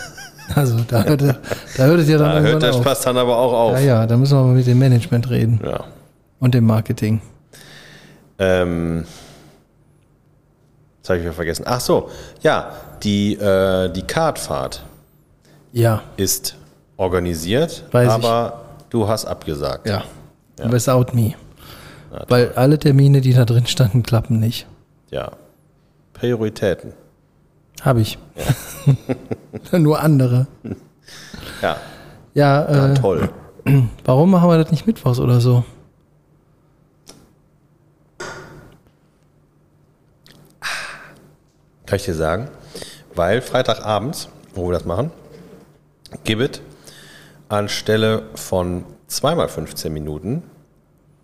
S1: Also da hört, da hört es ja dann
S2: Da
S1: irgendwann
S2: hört der
S1: auf.
S2: Spaß dann aber auch auf.
S1: Ja, ja, da müssen wir mal mit dem Management reden
S2: Ja.
S1: und dem Marketing.
S2: Ähm, das habe ich wieder vergessen. Ach so, ja, die, äh, die Kartfahrt
S1: Ja,
S2: ist organisiert,
S1: Weiß ich.
S2: aber du hast abgesagt.
S1: ja. Aber es out me. Weil alle Termine, die da drin standen, klappen nicht.
S2: ja. Prioritäten.
S1: Habe ich. Nur andere.
S2: Ja,
S1: Ja, äh,
S2: ja toll.
S1: Warum machen wir das nicht mittwochs oder so?
S2: Kann ich dir sagen. Weil Freitagabends, wo wir das machen, gibt anstelle von zweimal 15 Minuten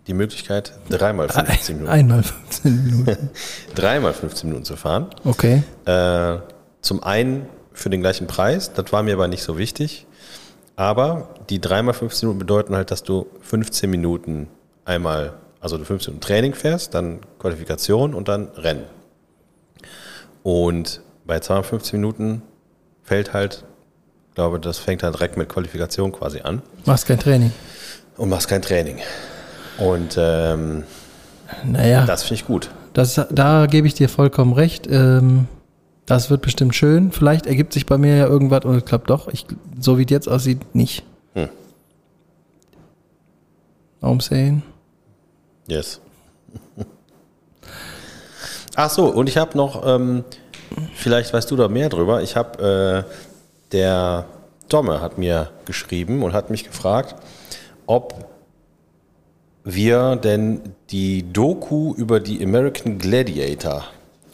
S2: die Möglichkeit, dreimal
S1: Ah,
S2: 15 Minuten,
S1: Einmal 15 Minuten.
S2: dreimal 15 Minuten zu fahren.
S1: Okay.
S2: Äh, zum einen für den gleichen Preis, das war mir aber nicht so wichtig. Aber die dreimal 15 Minuten bedeuten halt, dass du 15 Minuten einmal, also du 15 Minuten Training fährst, dann Qualifikation und dann Rennen. Und bei 250 Minuten fällt halt, glaube, das fängt halt direkt mit Qualifikation quasi an
S1: Machst kein Training.
S2: und machst kein Training. Und ähm,
S1: Naja,
S2: das finde ich gut.
S1: das, da gebe ich dir vollkommen recht. Ähm, das wird bestimmt schön. Vielleicht ergibt sich bei mir ja irgendwas und es klappt doch. Ich, so wie es jetzt aussieht, nicht.
S2: Hm.
S1: Know what I'm saying?
S2: Yes. Ach so, und ich habe noch, ähm, vielleicht weißt du da mehr drüber, ich habe äh, der Domme hat mir geschrieben und hat mich gefragt, ob wir denn die Doku über die American Gladiator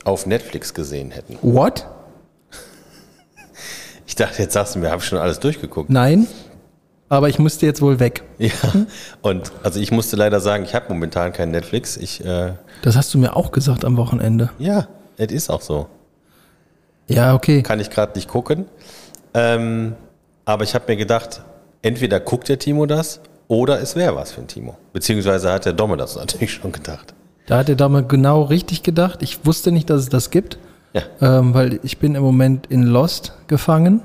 S2: auf Netflix gesehen hätten.
S1: What?
S2: Ich dachte, jetzt sagst du mir, habe ich schon alles durchgeguckt.
S1: Nein, aber ich musste jetzt wohl weg.
S2: Ja, und also ich musste leider sagen, ich habe momentan kein Netflix. Ich, äh,
S1: Das hast du mir auch gesagt am Wochenende.
S2: ja, es ist auch so.
S1: Ja, okay.
S2: Kann ich gerade nicht gucken. Ähm, aber ich habe mir gedacht, entweder guckt der Timo das oder es wäre was für den Timo. Beziehungsweise hat der Domme das natürlich schon gedacht.
S1: Da hat der Dame genau richtig gedacht. Ich wusste nicht, dass es das gibt,
S2: Ja.
S1: ähm, weil ich bin im Moment in Lost gefangen.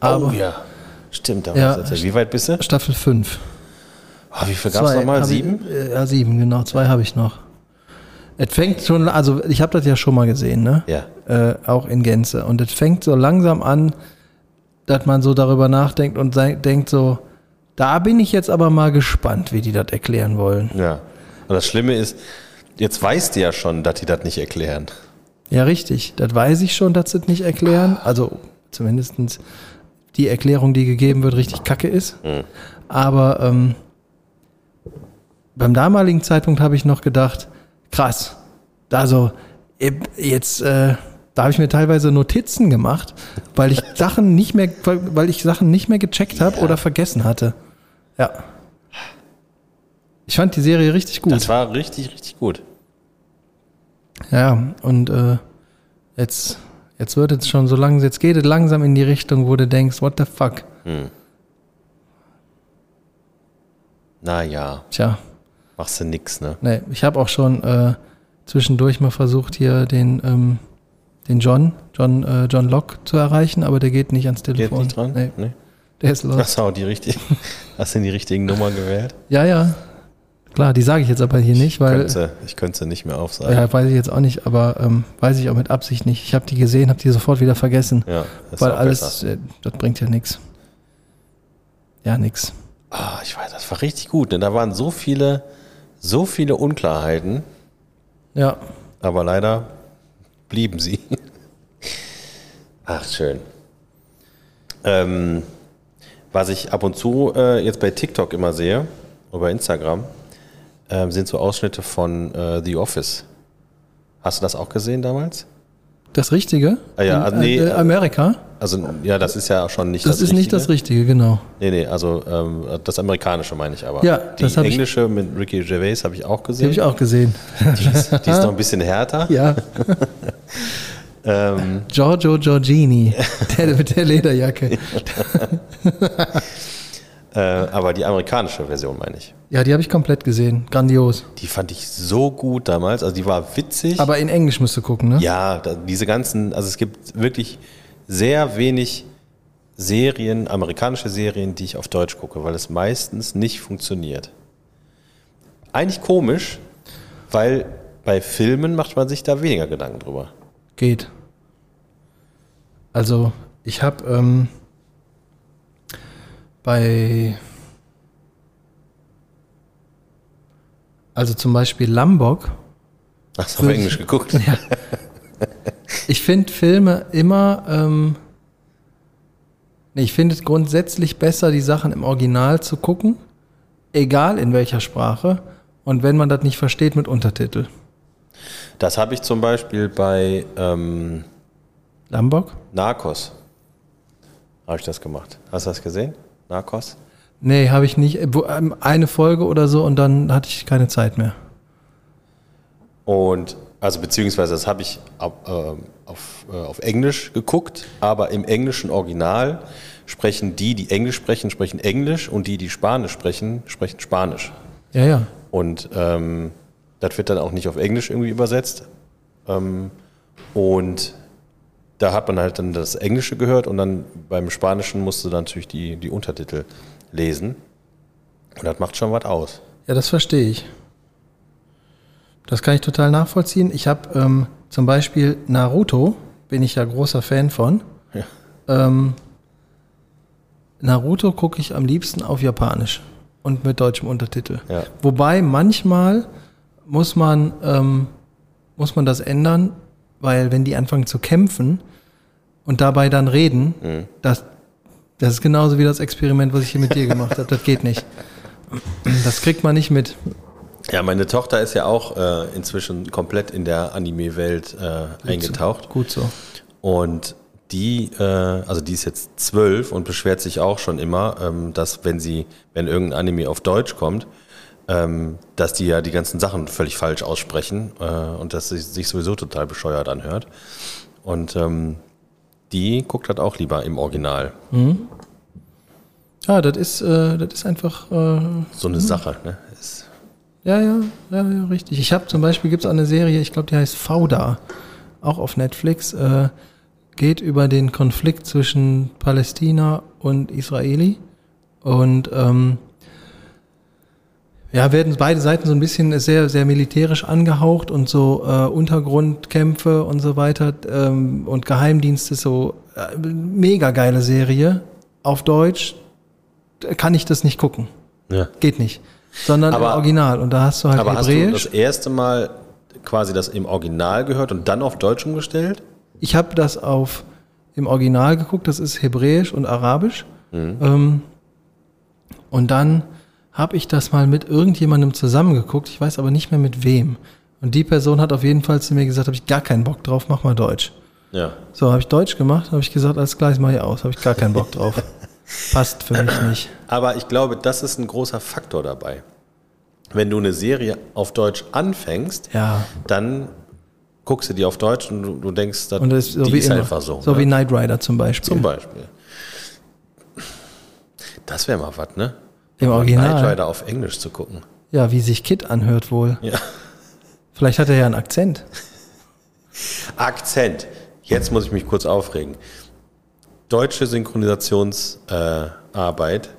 S1: Aber
S2: oh ja. Stimmt, da
S1: Ja,
S2: war's jetzt. Wie weit bist du?
S1: Staffel 5.
S2: Ah, wie viel gab es nochmal? Sieben?
S1: Ich, äh, ja, sieben, genau. Zwei habe ich noch. Es fängt schon, also ich habe das ja schon mal gesehen, ne?
S2: Ja.
S1: Äh, auch in Gänze. Und es fängt so langsam an, dass man so darüber nachdenkt und sei, denkt so, da bin ich jetzt aber mal gespannt, wie die das erklären wollen.
S2: Ja. Und das Schlimme ist, jetzt weißt du ja schon, dass die das nicht erklären.
S1: Ja, richtig. Das weiß ich schon, dass sie es nicht erklären. Also zumindestens die Erklärung, die gegeben wird, richtig kacke ist.
S2: Mhm.
S1: Aber ähm, beim damaligen Zeitpunkt habe ich noch gedacht, krass, also eh, jetzt, äh, da habe ich mir teilweise Notizen gemacht, weil ich Sachen nicht mehr, weil weil ich Sachen nicht mehr gecheckt habe oder vergessen hatte. Ja. Ich fand die Serie richtig gut.
S2: Das war richtig, richtig gut.
S1: Ja, und äh, jetzt, jetzt wird es schon so langsam, jetzt geht es langsam in die Richtung, wo du denkst, what the fuck?
S2: Naja,
S1: Tja,
S2: machst du nix, ne?
S1: nee, ich habe auch schon äh, zwischendurch mal versucht, hier den, ähm, den John, John, äh, John Locke zu erreichen, aber der geht nicht ans
S2: Geht
S1: Telefon.
S2: nicht dran?
S1: Nee,
S2: Nee.
S1: der ist los.
S2: Hast du auch die richtigen, hast du die richtigen Nummern gewählt?
S1: Ja, ja. Klar, die sage ich jetzt aber hier nicht, weil.
S2: Könnte, ich könnte sie nicht mehr aufsagen.
S1: Ja, weiß ich jetzt auch nicht, aber ähm, weiß ich auch mit Absicht nicht. Ich habe die gesehen, habe die sofort wieder vergessen.
S2: Ja, das ist
S1: weil
S2: auch
S1: alles,
S2: besser.
S1: äh, das bringt ja nichts. Ja, nix.
S2: Ah, ich weiß, das war richtig gut. Ne? Da waren so viele, so viele Unklarheiten,
S1: Ja,
S2: aber leider blieben sie. Ach, schön. Ähm, was ich ab und zu äh, jetzt bei TikTok immer sehe, oder bei Instagram, ähm, sind so Ausschnitte von äh, The Office. Hast du das auch gesehen damals?
S1: Das Richtige?
S2: Ah ja,
S1: In,
S2: also nee,
S1: äh,
S2: also-
S1: Amerika?
S2: Also, ja, das ist ja schon nicht
S1: Das, ist nicht das Richtige, genau.
S2: Nee, nee, also ähm, das amerikanische meine ich aber.
S1: Ja,
S2: die
S1: das hab ich-
S2: englische mit Ricky Gervais habe ich auch
S1: Die
S2: gesehen.
S1: habe ich auch gesehen.
S2: Die, ist, die ist noch ein bisschen härter.
S1: Ja,
S2: Ähm,
S1: Giorgio Giorgini, der mit der Lederjacke.
S2: äh, aber die amerikanische Version meine ich.
S1: Ja, die habe ich komplett gesehen. Grandios.
S2: Die fand ich so gut damals. Also die war witzig.
S1: Aber in Englisch musst du gucken, ne?
S2: ja, da, diese ganzen, also es gibt wirklich sehr wenig Serien, amerikanische Serien, die ich auf Deutsch gucke, weil es meistens nicht funktioniert. Eigentlich komisch, weil bei Filmen macht man sich da weniger Gedanken drüber.
S1: Geht. Also, ich habe ähm, bei. Also zum Beispiel Lombok.
S2: Hast du auf
S1: Wirklich?
S2: Englisch geguckt?
S1: Ja. Ich finde Filme immer. Ähm, nee, ich finde es grundsätzlich besser, die Sachen im Original zu gucken, egal in welcher Sprache. Und wenn man das nicht versteht, mit Untertitel.
S2: Das habe ich zum Beispiel bei ähm,
S1: Lambok?
S2: Narcos. Habe ich das gemacht. Hast du das gesehen? Narcos?
S1: Nee, habe ich nicht. Äh, wo- ähm, Eine Folge oder so und dann hatte ich keine Zeit mehr.
S2: Und, also beziehungsweise das habe ich ab, ähm, auf, äh, auf Englisch geguckt, aber im englischen Original sprechen die, die Englisch sprechen, sprechen Englisch und die, die Spanisch sprechen, sprechen Spanisch.
S1: Ja, ja.
S2: Und ähm, das wird dann auch nicht auf Englisch irgendwie übersetzt. Ähm, und da hat man halt dann das Englische gehört und dann beim Spanischen musste dann natürlich die, die Untertitel lesen. Und das macht schon was aus.
S1: Ja, das verstehe ich. Das kann ich total nachvollziehen. Ich habe ähm, zum Beispiel Naruto, bin ich ja großer Fan von.
S2: Ja.
S1: Ähm, Naruto gucke ich am liebsten auf Japanisch und mit deutschem Untertitel.
S2: Ja.
S1: Wobei manchmal muss man, ähm, muss man das ändern, weil wenn die anfangen zu kämpfen und dabei dann reden, das Das ist genauso wie das Experiment, was ich hier mit dir gemacht habe. Das geht nicht. Das kriegt man nicht mit.
S2: Ja, meine Tochter ist ja auch äh, inzwischen komplett in der Anime-Welt äh, eingetaucht.
S1: So, gut so.
S2: Und die, äh, also die ist jetzt zwölf und beschwert sich auch schon immer, ähm, dass wenn sie, wenn irgendein Anime auf Deutsch kommt, ähm, dass die ja die ganzen Sachen völlig falsch aussprechen äh, und dass sie sich sowieso total bescheuert anhört. Und ähm, die guckt halt auch lieber im Original.
S1: Mhm. Ja, das ist, äh, das ist einfach. Äh,
S2: so eine Sache, ne? Ist
S1: ja, ja, ja, ja, richtig. Ich habe zum Beispiel, gibt es eine Serie, ich glaube, die heißt Fauda, auch auf Netflix, äh, geht über den Konflikt zwischen Palästina und Israeli. Und ähm, ja, werden beide Seiten so ein bisschen sehr, sehr militärisch angehaucht und so äh, Untergrundkämpfe und so weiter ähm, und Geheimdienste, so äh, mega geile Serie. Auf Deutsch kann ich das nicht gucken.
S2: Ja.
S1: Geht nicht. Sondern im
S2: Aber-
S1: Original. Und da hast du halt
S2: Aber hast du das
S1: Hebräisch.
S2: erste Mal quasi das im Original gehört und dann auf Deutsch umgestellt?
S1: ich habe das auf im Original geguckt, das ist Hebräisch und Arabisch.
S2: Mhm.
S1: Ähm, und dann habe ich das mal mit irgendjemandem zusammengeguckt, ich weiß aber nicht mehr mit wem. Und die Person hat auf jeden Fall zu mir gesagt, habe ich gar keinen Bock drauf, mach mal Deutsch.
S2: Ja.
S1: So, habe ich Deutsch gemacht, habe ich gesagt, alles gleich mache ich aus, habe ich gar keinen Bock drauf. Passt für mich nicht.
S2: Aber ich glaube, das ist ein großer Faktor dabei. Wenn du eine Serie auf Deutsch anfängst,
S1: Ja.
S2: dann guckst du die auf Deutsch und du, du denkst, das,
S1: Und das ist so
S2: die
S1: wie
S2: ist
S1: immer.
S2: einfach so.
S1: so
S2: ne?
S1: wie Knight Rider zum Beispiel.
S2: Zum Beispiel. Das wäre mal was, ne?
S1: Im
S2: Knight
S1: Original.
S2: Rider auf Englisch zu gucken.
S1: Ja, wie sich Kid anhört wohl.
S2: Ja.
S1: Vielleicht hat er ja einen Akzent.
S2: Akzent. Jetzt muss ich mich kurz aufregen. Deutsche Synchronisationsarbeit äh, Arbeit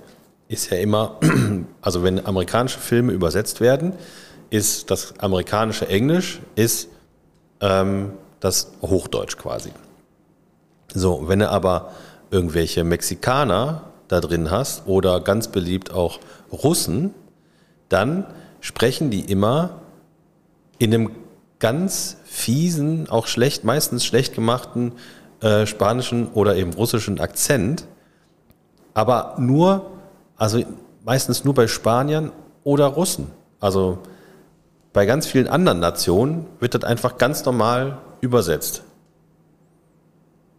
S2: ist ja immer, also wenn amerikanische Filme übersetzt werden, ist das amerikanische Englisch, ist ähm, das Hochdeutsch quasi. So, wenn du aber irgendwelche Mexikaner da drin hast oder ganz beliebt auch Russen, dann sprechen die immer in einem ganz fiesen, auch schlecht, meistens schlecht gemachten äh, spanischen oder eben russischen Akzent, aber nur, also meistens nur bei Spaniern oder Russen. Also bei ganz vielen anderen Nationen wird das einfach ganz normal übersetzt.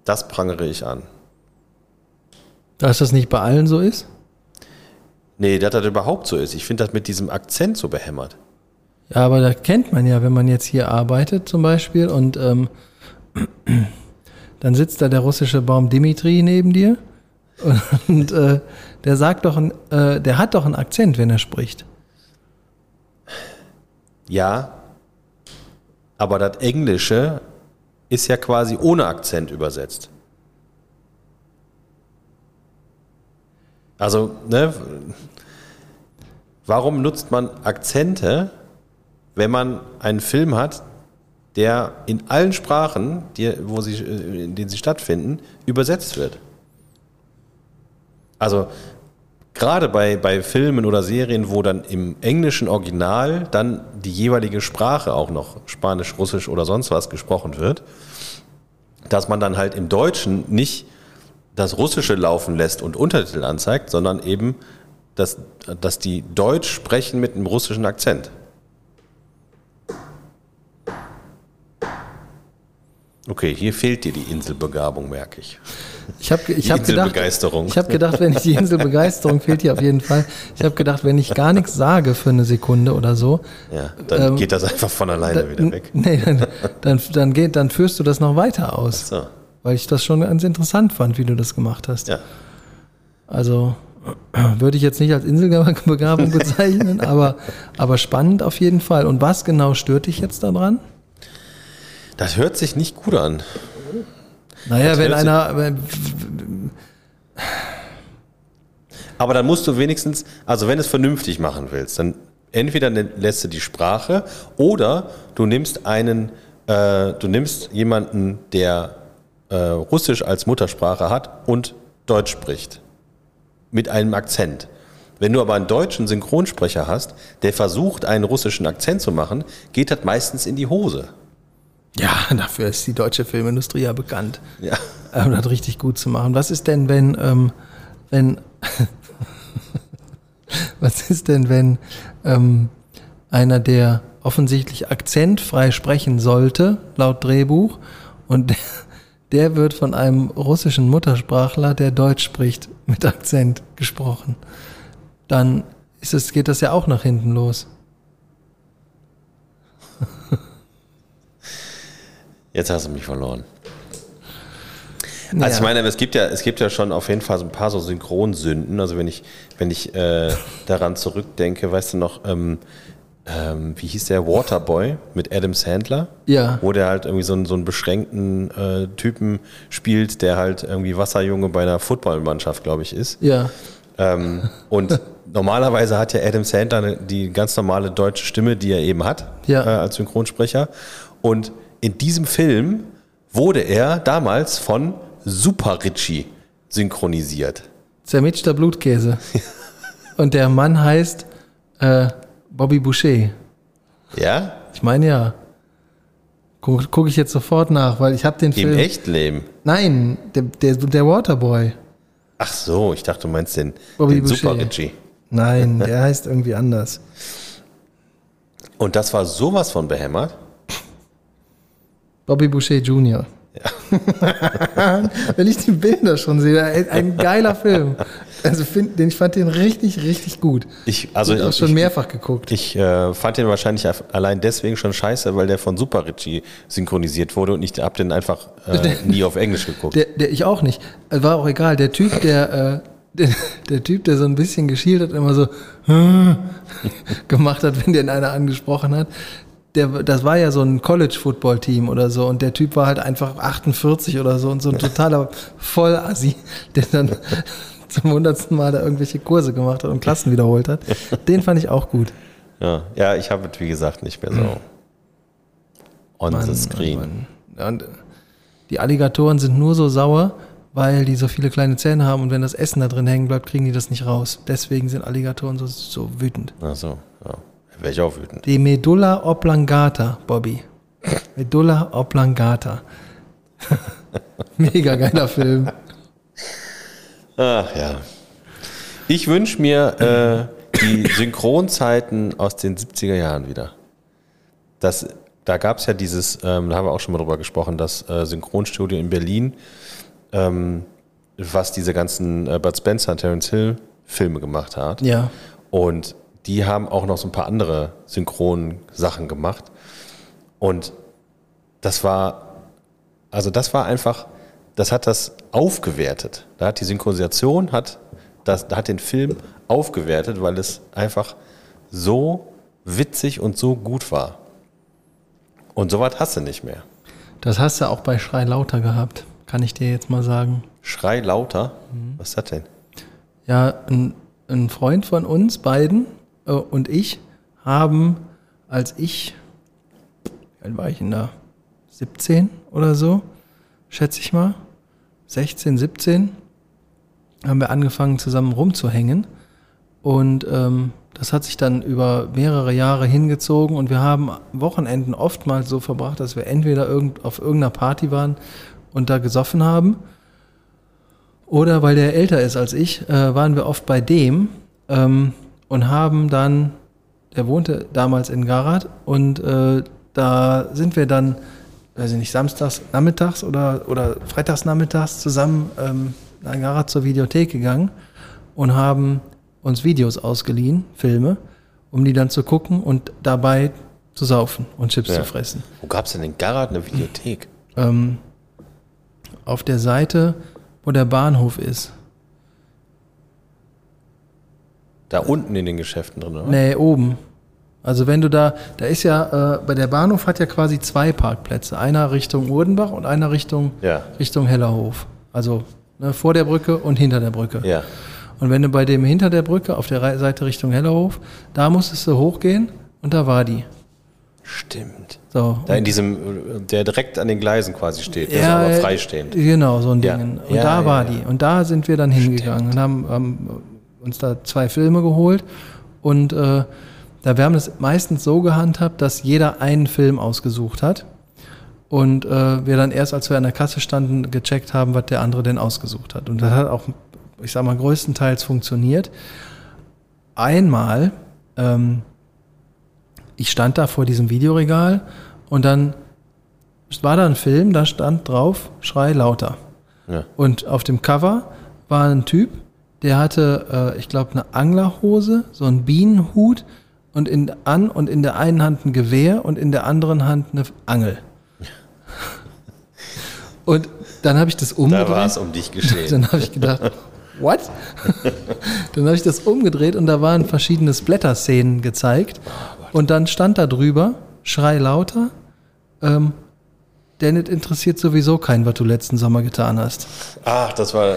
S2: Das prangere ich an.
S1: Dass das nicht bei allen so ist?
S2: Nee, dass das überhaupt so ist. Ich finde das mit diesem Akzent so behämmert.
S1: Ja, aber das kennt man ja, wenn man jetzt hier arbeitet zum Beispiel und ähm, dann sitzt da der russische Baum Dimitri neben dir und äh, der sagt doch, ein- äh, der hat doch einen Akzent, wenn er spricht.
S2: Ja, aber das Englische ist ja quasi ohne Akzent übersetzt. Also, ne? Warum nutzt man Akzente, wenn man einen Film hat, der in allen Sprachen, die, wo sie, äh, in denen sie stattfinden, übersetzt wird? Also, gerade bei, bei Filmen oder Serien, wo dann im englischen Original dann die jeweilige Sprache auch noch Spanisch, Russisch oder sonst was gesprochen wird, dass man dann halt im Deutschen nicht das Russische laufen lässt und Untertitel anzeigt, sondern eben, dass, dass die Deutsch sprechen mit einem russischen Akzent. Okay, hier fehlt dir die Inselbegabung, merke ich.
S1: Ich habe ich
S2: Die
S1: hab gedacht,
S2: Inselbegeisterung.
S1: ich habe gedacht, wenn ich die Inselbegeisterung fehlt hier auf jeden Fall. Ich habe gedacht, wenn ich gar nichts sage für eine Sekunde oder so,
S2: Ja, dann
S1: Ähm,
S2: geht das einfach von alleine wieder weg.
S1: Äh, nee, dann, dann, dann, geht, dann führst du das noch weiter aus,
S2: So,
S1: weil ich das schon ganz interessant fand, wie du das gemacht hast.
S2: ja.
S1: Also würde ich jetzt nicht als Inselbegabung bezeichnen, aber, aber spannend auf jeden Fall. Und was genau stört dich jetzt daran?
S2: Das hört sich nicht gut an.
S1: Naja,
S2: Das
S1: wenn
S2: hört sich-
S1: einer. Wenn,
S2: Aber dann musst du wenigstens, also wenn du es vernünftig machen willst, dann entweder ne- lässt du die Sprache oder du nimmst einen, äh, du nimmst jemanden, der äh, Russisch als Muttersprache hat und Deutsch spricht. Mit einem Akzent. Wenn du aber einen deutschen Synchronsprecher hast, der versucht, einen russischen Akzent zu machen, geht das meistens in die Hose.
S1: ja, dafür ist die deutsche Filmindustrie ja bekannt,
S2: Ja.
S1: um das richtig gut zu machen. Was ist denn, wenn ähm, wenn, was ist denn, wenn ähm, einer, der offensichtlich akzentfrei sprechen sollte, laut Drehbuch, und der, der wird von einem russischen Muttersprachler, der Deutsch spricht, mit Akzent gesprochen. Dann ist es, geht das ja auch nach hinten los.
S2: Jetzt hast du mich verloren. Also ja. ich meine, es gibt ja, es gibt ja schon auf jeden Fall so ein paar so Synchronsünden. Also wenn ich, wenn ich äh, daran zurückdenke, weißt du noch, ähm, ähm, wie hieß der Waterboy mit Adam Sandler?
S1: Ja.
S2: Wo der halt irgendwie so einen, so einen beschränkten äh, Typen spielt, der halt irgendwie Wasserjunge bei einer Footballmannschaft, glaube ich, ist.
S1: Ja.
S2: Ähm, und normalerweise hat ja Adam Sandler die ganz normale deutsche Stimme, die er eben hat,
S1: ja.
S2: äh, als Synchronsprecher. Und in diesem Film wurde er damals von Super Richie synchronisiert.
S1: Zermitschter Blutkäse. und der Mann heißt äh, Bobby Boucher.
S2: Ja?
S1: Ich meine ja. Gucke guck ich jetzt sofort nach, weil ich habe den Film.
S2: Im Echtleben?
S1: Nein, der, der, der Waterboy.
S2: Ach so, ich dachte, du meinst den,
S1: Bobby
S2: den Super
S1: Boucher.
S2: Richie.
S1: Nein, der heißt irgendwie anders.
S2: Und das war sowas von behämmert.
S1: Bobby Boucher Jr. Wenn ich die Bilder schon sehe, ein, ein geiler Film. Also find, den, ich fand den richtig, richtig gut.
S2: Ich, also
S1: ich auch
S2: ich-
S1: schon
S2: ich-
S1: mehrfach geguckt.
S2: Ich äh, fand den wahrscheinlich af- allein deswegen schon scheiße, weil der von Super Richie synchronisiert wurde und ich hab den einfach äh, nie auf Englisch geguckt.
S1: Der, der, ich auch nicht. Äh, War auch egal. Der Typ, der, äh, der, der Typ, der so ein bisschen geschielt hat, immer so gemacht hat, wenn den einer angesprochen hat. Der, das war ja so ein College-Football-Team oder so und der Typ war halt einfach 48 oder so und so ein totaler Vollassi, der dann zum hundertsten Mal da irgendwelche Kurse gemacht hat und Klassen wiederholt hat. Den fand ich auch gut.
S2: Ja, ja ich habe es wie gesagt nicht mehr so on the screen.
S1: Mann. Und die Alligatoren sind nur so sauer, weil die so viele kleine Zähne haben und wenn das Essen da drin hängen bleibt, kriegen die das nicht raus. Deswegen sind Alligatoren so, so wütend.
S2: Ach so, ja. Wäre ich auch wütend.
S1: Die Medulla oblongata, Bobby. Medulla oblongata. Mega geiler Film.
S2: Ach ja. Ich wünsche mir äh, die Synchronzeiten aus den 70er Jahren wieder. Das, da gab es ja dieses, ähm, da haben wir auch schon mal drüber gesprochen, das äh, Synchronstudio in Berlin, ähm, was diese ganzen äh, Bud Spencer und Terence Hill Filme gemacht hat.
S1: Ja.
S2: Und die haben auch noch so ein paar andere Synchron-Sachen gemacht. Und das war, also das war einfach, das hat das aufgewertet. Da hat die Synchronisation, hat, das, hat den Film aufgewertet, weil es einfach so witzig und so gut war. Und sowas hast du nicht mehr.
S1: Das hast du auch bei Schrei lauter gehabt, kann ich dir jetzt mal sagen.
S2: Schrei lauter. Was ist das denn?
S1: Ja, ein, ein Freund von uns beiden äh, und ich haben, als ich, wie alt war ich denn da? 17 oder so, schätze ich mal. 16, 17 haben wir angefangen zusammen rumzuhängen. Und ähm, das hat sich dann über mehrere Jahre hingezogen und wir haben Wochenenden oftmals so verbracht, dass wir entweder irgend, auf irgendeiner Party waren und da gesoffen haben oder weil der älter ist als ich, äh, waren wir oft bei dem ähm, und haben dann, der wohnte damals in Garat und äh, da sind wir dann, weiß ich nicht, samstags nachmittags oder, oder freitags nachmittags zusammen ähm, in Garat zur Videothek gegangen und haben uns Videos ausgeliehen, Filme, um die dann zu gucken und dabei zu saufen und Chips
S2: Ja.
S1: zu fressen.
S2: Wo gab es denn in Garat eine Videothek?
S1: Ähm, auf der Seite, wo der Bahnhof ist.
S2: Da unten in den Geschäften drin, oder?
S1: Nee, oben. Also wenn du da, da ist ja, äh, bei der Bahnhof hat ja quasi zwei Parkplätze. Einer Richtung Urdenbach und einer Richtung,
S2: Ja.
S1: Richtung Hellerhof. Also ne, vor der Brücke und hinter der Brücke.
S2: Ja.
S1: Und wenn du bei dem hinter der Brücke auf der Rei- Seite Richtung Hellerhof, da musstest du hochgehen und da war die.
S2: Stimmt.
S1: So.
S2: Da in diesem, äh, der direkt an den Gleisen quasi steht, der ist
S1: äh,
S2: aber freistehend.
S1: Genau, so ein
S2: Ja.
S1: Ding. Und
S2: Ja,
S1: da
S2: ja,
S1: war
S2: ja.
S1: die. Und da sind wir dann hingegangen und haben, haben uns da zwei Filme geholt. Und äh, da wir haben das meistens so gehandhabt, dass jeder einen Film ausgesucht hat. Und äh, wir dann erst, als wir an der Kasse standen, gecheckt haben, was der andere denn ausgesucht hat. Und das hat auch ich sag mal, größtenteils funktioniert. Einmal, ähm, ich stand da vor diesem Videoregal und dann war da ein Film, da stand drauf, schrei lauter.
S2: Ja.
S1: Und auf dem Cover war ein Typ, der hatte, äh, ich glaube, eine Anglerhose, so einen Bienenhut und in, an und in der einen Hand ein Gewehr und in der anderen Hand eine Angel. und dann habe ich das umgedreht.
S2: Da war es um dich geschehen.
S1: Dann habe ich gedacht, what? dann habe ich das umgedreht und da waren verschiedene Splatter-Szenen gezeigt. und dann stand da drüber, schrei lauter, ähm, denn es interessiert sowieso keinen, was du letzten Sommer getan hast.
S2: Ach, das war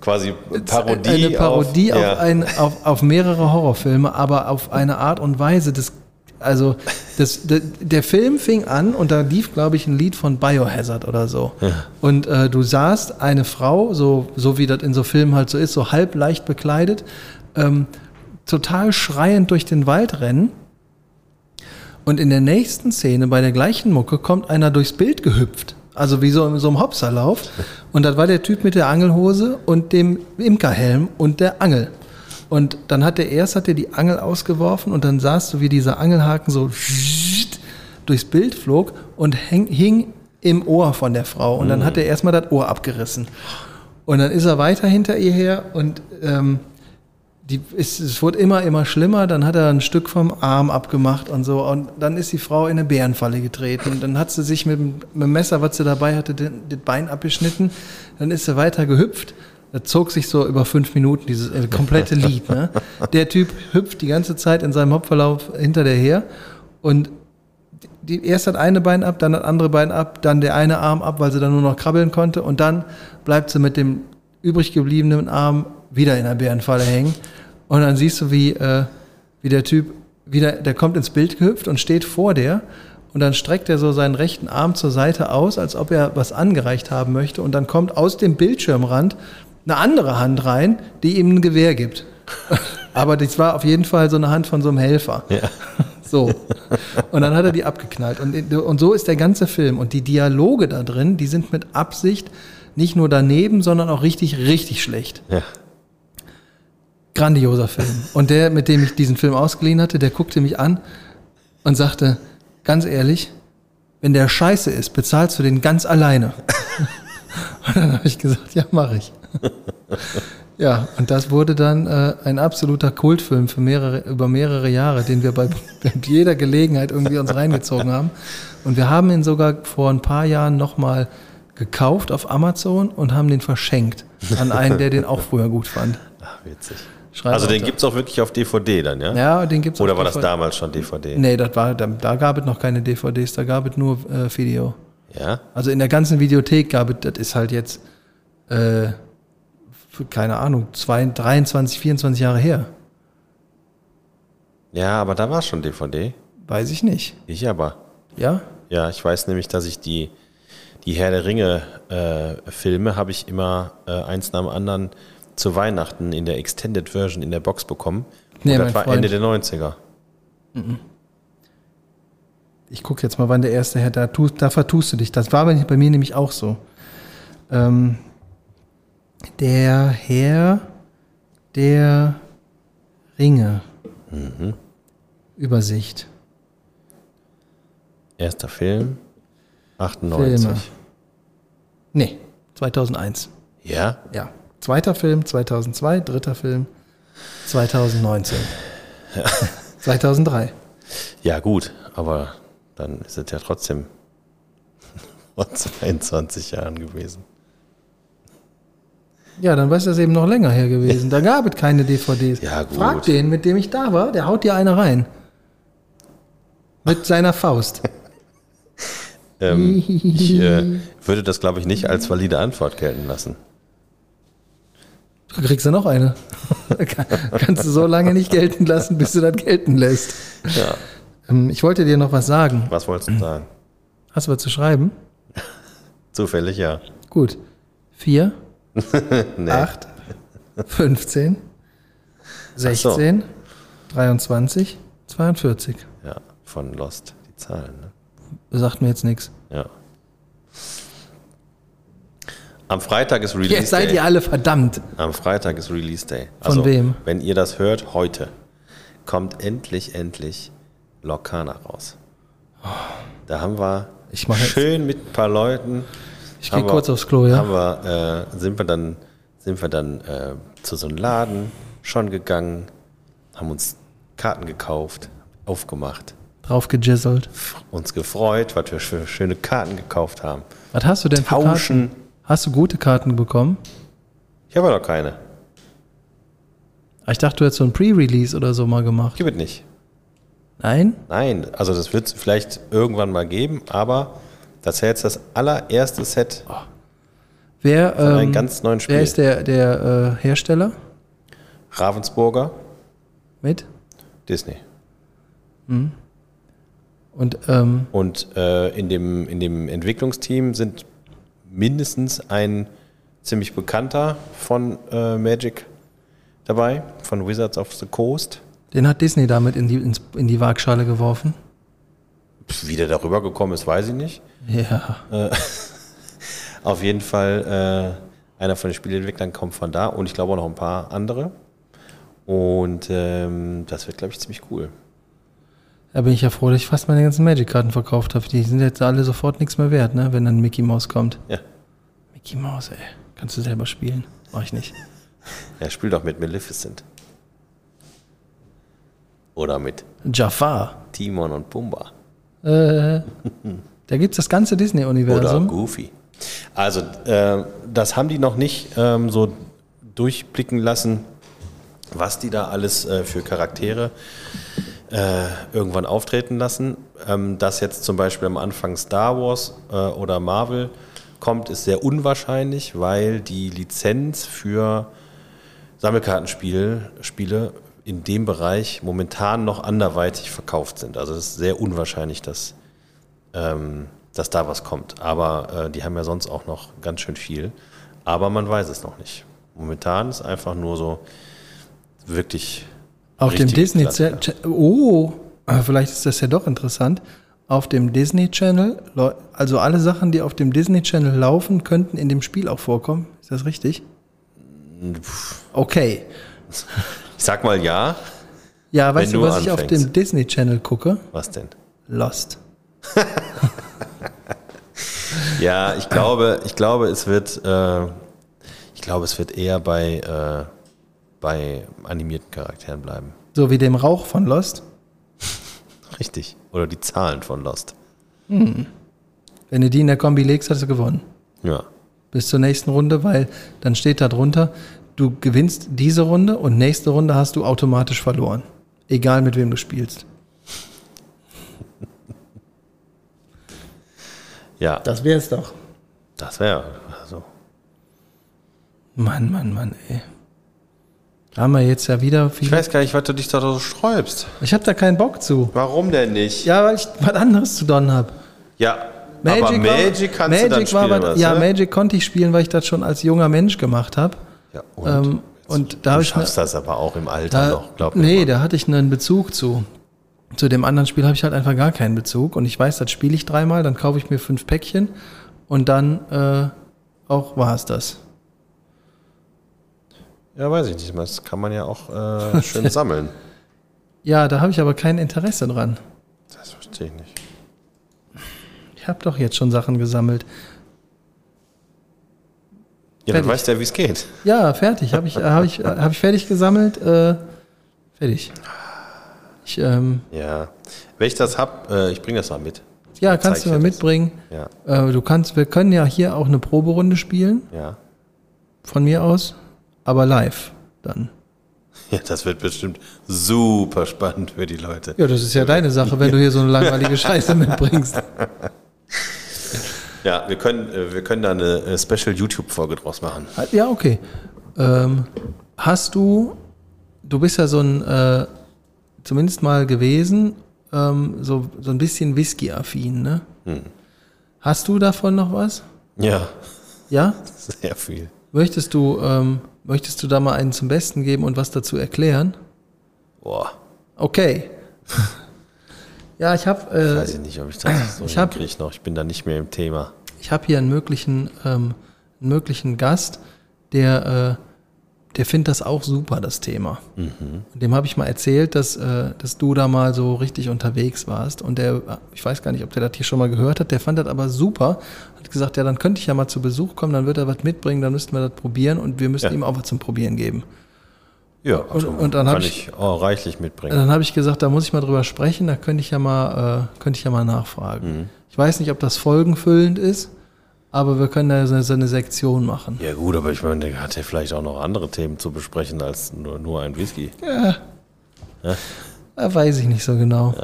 S2: quasi Parodie
S1: eine Parodie auf, auf, ja. ein, auf, auf, mehrere Horrorfilme, aber auf eine Art und Weise des also das, de, der Film fing an und da lief, glaube ich, ein Lied von Biohazard oder so.
S2: Ja.
S1: Und äh, du sahst eine Frau, so, so wie das in so Filmen halt so ist, so halb leicht bekleidet, ähm, total schreiend durch den Wald rennen. Und in der nächsten Szene, bei der gleichen Mucke, kommt einer durchs Bild gehüpft. Also wie so in so einem Hopserlauf. Und das war der Typ mit der Angelhose und dem Imkerhelm und der Angel. Und dann hat der erst hat er die Angel ausgeworfen und dann sahst du, wie dieser Angelhaken so durchs Bild flog und häng, hing im Ohr von der Frau. Und dann hat er erstmal das Ohr abgerissen. Und dann ist er weiter hinter ihr her und ähm, die, es, es wurde immer, immer schlimmer. Dann hat er ein Stück vom Arm abgemacht und so. Und dann ist die Frau in eine Bärenfalle getreten. Und dann hat sie sich mit, dem- mit dem Messer, was sie dabei hatte, den, das Bein abgeschnitten. Dann ist sie weiter gehüpft. Da zog sich so über fünf Minuten dieses äh, komplette Lied. Ne? Der Typ hüpft die ganze Zeit in seinem Hauptverlauf hinter der her. Und die, erst hat eine Bein ab, dann das andere Bein ab, dann der eine Arm ab, weil sie dann nur noch krabbeln konnte. Und dann bleibt sie mit dem übrig gebliebenen Arm wieder in der Bärenfalle hängen. Und dann siehst du, wie, äh, wie der Typ wieder, der kommt ins Bild gehüpft und steht vor der. Und dann streckt er so seinen rechten Arm zur Seite aus, als ob er was angereicht haben möchte. Und dann kommt aus dem Bildschirmrand eine andere Hand rein, die ihm ein Gewehr gibt. Aber das war auf jeden Fall so eine Hand von so einem Helfer.
S2: Ja.
S1: So. Und dann hat er die abgeknallt. Und, und so ist der ganze Film. Und die Dialoge da drin, die sind mit Absicht nicht nur daneben, sondern auch richtig, richtig schlecht.
S2: Ja.
S1: Grandioser Film. Und der, mit dem ich diesen Film ausgeliehen hatte, der guckte mich an und sagte, ganz ehrlich, wenn der scheiße ist, bezahlst du den ganz alleine. Und dann habe ich gesagt, ja, mache ich. Ja, und das wurde dann äh, ein absoluter Kultfilm für mehrere, über mehrere Jahre, den wir bei, bei jeder Gelegenheit irgendwie uns reingezogen haben. Und wir haben ihn sogar vor ein paar Jahren nochmal gekauft auf Amazon und haben den verschenkt an einen, der den auch früher gut fand.
S2: Ach, witzig.
S1: Schreib
S2: also den
S1: weiter.
S2: gibt's auch wirklich auf DVD dann, ja?
S1: Ja, den gibt's
S2: Oder
S1: auf
S2: war das
S1: DVD.
S2: damals schon DVD?
S1: Nee, das war, da, da gab es noch keine DVDs, da gab es nur äh, Video.
S2: Ja?
S1: Also in der ganzen Videothek gab es, das ist halt jetzt, äh, für, keine Ahnung, zwei, 23, 24 Jahre her.
S2: Ja, aber da war schon DVD.
S1: Weiß ich nicht.
S2: Ich aber.
S1: Ja?
S2: Ja, ich weiß nämlich, dass ich die, die Herr der Ringe äh, Filme habe ich immer äh, eins nach dem anderen zu Weihnachten in der Extended Version in der Box bekommen.
S1: Nee,
S2: Und
S1: mein
S2: das war
S1: Freund.
S2: Ende der 90er.
S1: Ich gucke jetzt mal, wann der erste her, da, tu, da vertust du dich. Das war bei, bei mir nämlich auch so. Ähm, der Herr der Ringe.
S2: Mhm.
S1: Übersicht.
S2: Erster Film, 98.
S1: Filme. Nee, 2001.
S2: Ja?
S1: Ja. Zweiter Film 2002, dritter Film 2019. 2003.
S2: Ja, gut, aber dann ist es ja trotzdem vor 22 Jahren gewesen.
S1: Ja, dann war das eben noch länger her gewesen. Da gab es keine DVDs.
S2: Ja, gut.
S1: Frag den, mit dem ich da war, der haut dir eine rein. Mit seiner Faust.
S2: Ähm, ich äh, würde das, glaube ich, nicht als valide Antwort gelten lassen.
S1: Da kriegst du noch eine. Kann- Kannst du so lange nicht gelten lassen, bis du das gelten lässt.
S2: Ja.
S1: Ähm, Ich wollte dir noch was sagen.
S2: Was wolltest du sagen?
S1: Hast du was zu schreiben?
S2: Zufällig, ja.
S1: Gut. Vier,
S2: Nee.
S1: acht, 15, 16, 23, 42.
S2: Ja, von Lost, die Zahlen. Ne?
S1: Sagt mir jetzt nichts.
S2: Ja. Am Freitag ist Release
S1: Jetzt seid
S2: Day.
S1: ihr alle verdammt.
S2: Am Freitag ist Release Day. Also,
S1: Von wem?
S2: Wenn ihr das hört, heute kommt endlich, endlich Lokana raus. Da haben wir
S1: Ich mach jetzt-
S2: schön mit ein paar Leuten.
S1: Ich
S2: haben
S1: gehe
S2: wir-
S1: kurz aufs Klo, ja.
S2: Haben wir, äh, sind wir dann, sind wir dann äh, zu so einem Laden schon gegangen, haben uns Karten gekauft, aufgemacht,
S1: Drauf gejizzelt.
S2: uns gefreut, was wir für schöne Karten gekauft haben.
S1: Was hast du denn für Karten?
S2: Tauschen.
S1: Hast du gute Karten bekommen?
S2: Ich habe ja noch keine.
S1: Ah, Ich dachte, du hättest so ein Pre-Release oder so mal gemacht.
S2: Gib es nicht.
S1: Nein?
S2: Nein, also das wird es vielleicht irgendwann mal geben, aber das wäre jetzt das allererste Set.
S1: Wer,
S2: einem
S1: ähm,
S2: ganz neuen Spiel.
S1: wer ist der, der äh, Hersteller
S2: Ravensburger,
S1: mit?
S2: Disney.
S1: Und ähm,
S2: Und äh, in, dem, in dem Entwicklungsteam sind mindestens ein ziemlich bekannter von äh, Magic dabei, von Wizards of the Coast.
S1: den hat Disney damit in die, ins, in die Waagschale geworfen.
S2: Pff, Wie der darüber gekommen ist, weiß ich nicht.
S1: Ja.
S2: Auf jeden Fall, äh, einer von den Spieleentwicklern kommt von da und ich glaube auch noch ein paar andere. Und ähm, das wird, glaube ich, ziemlich cool.
S1: Da bin ich ja froh, dass ich fast meine ganzen Magic-Karten verkauft habe. Die sind jetzt alle sofort nichts mehr wert, ne? wenn dann Mickey Mouse kommt.
S2: Ja.
S1: Mickey Mouse, ey. Kannst du selber spielen? Mach ich nicht.
S2: Ja, spiel doch mit Maleficent. Oder mit
S1: Jafar.
S2: Timon und Pumba.
S1: Äh, da gibt's das ganze
S2: Oder
S1: Disney-Universum.
S2: Goofy. Also, äh, das haben die noch nicht ähm, so durchblicken lassen, was die da alles äh, für Charaktere äh, irgendwann auftreten lassen. Ähm, dass jetzt zum Beispiel am Anfang Star Wars äh, oder Marvel kommt, ist sehr unwahrscheinlich, weil die Lizenz für Sammelkartenspiele Spiele in dem Bereich momentan noch anderweitig verkauft sind. Also es ist sehr unwahrscheinlich, dass ähm, dass da was kommt. Aber äh, die haben ja sonst auch noch ganz schön viel. Aber man weiß es noch nicht. Momentan ist einfach nur so wirklich.
S1: Auf dem
S2: richtig
S1: Disney
S2: Klassiker.
S1: Channel. Oh, äh, vielleicht ist das ja doch interessant. Auf dem Disney Channel, Leu- also alle Sachen, die auf dem Disney Channel laufen, könnten in dem Spiel auch vorkommen. Ist das richtig? Okay.
S2: Ich sag mal ja.
S1: Ja, weißt
S2: Wenn
S1: du,
S2: du
S1: was ich auf
S2: anfängst.
S1: dem Disney Channel gucke?
S2: Was denn?
S1: Lost.
S2: Ja, ich glaube, ich glaube, es wird, äh, ich glaube, es wird eher bei, äh, bei animierten Charakteren bleiben.
S1: So wie dem Rauch von Lost.
S2: Richtig. Oder die Zahlen von Lost.
S1: Wenn du die in der Kombi legst, hast du gewonnen.
S2: Ja.
S1: bis zur nächsten Runde, weil dann steht da drunter, du gewinnst diese Runde und nächste Runde hast du automatisch verloren. Egal mit wem du spielst.
S2: Ja,
S1: Das wär's doch.
S2: das wäre also
S1: Mann, Mann, Mann, ey. Da haben wir jetzt ja wieder
S2: Ich
S1: viel.
S2: weiß gar nicht, was du dich da so sträubst.
S1: Ich hab da keinen Bock zu.
S2: Warum denn nicht?
S1: Ja, weil ich was anderes zu donnen hab.
S2: Ja, aber Magic
S1: Magic
S2: kannst du dann
S1: war
S2: spielen,
S1: was-
S2: was,
S1: Ja,
S2: ne?
S1: Magic konnte ich spielen, weil ich das schon als junger Mensch gemacht hab.
S2: Ja, und,
S1: Ähm, und da
S2: du
S1: habe ich ne-
S2: schaffst das aber auch im Alter
S1: Da,
S2: noch, glaub
S1: nee,
S2: mir. mal.
S1: da hatte ich einen Bezug zu. Zu dem anderen Spiel habe ich halt einfach gar keinen Bezug. Und ich weiß, das spiele ich dreimal, dann kaufe ich mir fünf Päckchen und dann äh, auch war es das.
S2: Ja, weiß ich nicht. Das kann man ja auch äh, schön sammeln.
S1: Ja, da habe ich aber kein Interesse dran.
S2: Das verstehe ich nicht.
S1: Ich habe doch jetzt schon Sachen gesammelt.
S2: Ja, dann
S1: Fertig.
S2: weißt du ja, wie es geht.
S1: Ja, fertig. Habe ich, äh, hab ich, äh, hab ich fertig gesammelt. Äh, fertig. Ich, ähm,
S2: Ja. Wenn ich das hab, äh, ich bringe das mal mit.
S1: ja,
S2: Dann
S1: kannst du
S2: zeig
S1: mal
S2: ich dir
S1: mitbringen.
S2: das. Ja,
S1: Äh, du kannst, wir können ja hier auch eine Proberunde spielen,
S2: ja.
S1: von mir aus, aber live dann.
S2: Ja, das wird bestimmt super spannend für die Leute.
S1: Ja, das ist ja deine Sache, wenn du hier so eine langweilige Scheiße mitbringst.
S2: Ja, wir können, äh, wir können da eine äh, Special YouTube-Folge draus machen.
S1: Ja, okay. Ähm, hast du, du bist ja so ein, äh, zumindest mal gewesen, ähm, so, so ein bisschen Whisky-affin, ne? Hast du davon noch was?
S2: Ja,
S1: Ja?
S2: sehr viel.
S1: Möchtest du, ähm, möchtest du da mal einen zum Besten geben und was dazu erklären?
S2: Boah,
S1: Okay. ja, ich habe äh,
S2: weiß ich nicht, ob ich das so
S1: ich hab-
S2: hinkriege noch. Ich bin da nicht mehr im Thema.
S1: Ich habe hier einen möglichen ähm, einen möglichen Gast, der, äh, der findet das auch super, das Thema. Und Dem habe ich mal erzählt, dass, äh, dass du da mal so richtig unterwegs warst. Und der, ich weiß gar nicht, ob der das hier schon mal gehört hat, der fand das aber super. Hat gesagt, ja, dann könnte ich ja mal zu Besuch kommen, dann wird er was mitbringen, dann müssten wir das probieren und wir müssten
S2: Ja.
S1: ihm auch was zum Probieren geben.
S2: Ja,
S1: und dann hab
S2: kann
S1: ich-
S2: ich oh, reichlich mitbringen.
S1: Dann habe ich gesagt, da muss ich mal drüber sprechen, da könnte ich ja mal, äh, könnte ich ja mal nachfragen. Ich weiß nicht, ob das folgenfüllend ist, aber wir können da so, so eine Sektion machen.
S2: Ja gut, aber ich meine, der hat ja vielleicht auch noch andere Themen zu besprechen als nur, nur ein Whisky.
S1: Da weiß ich nicht so genau.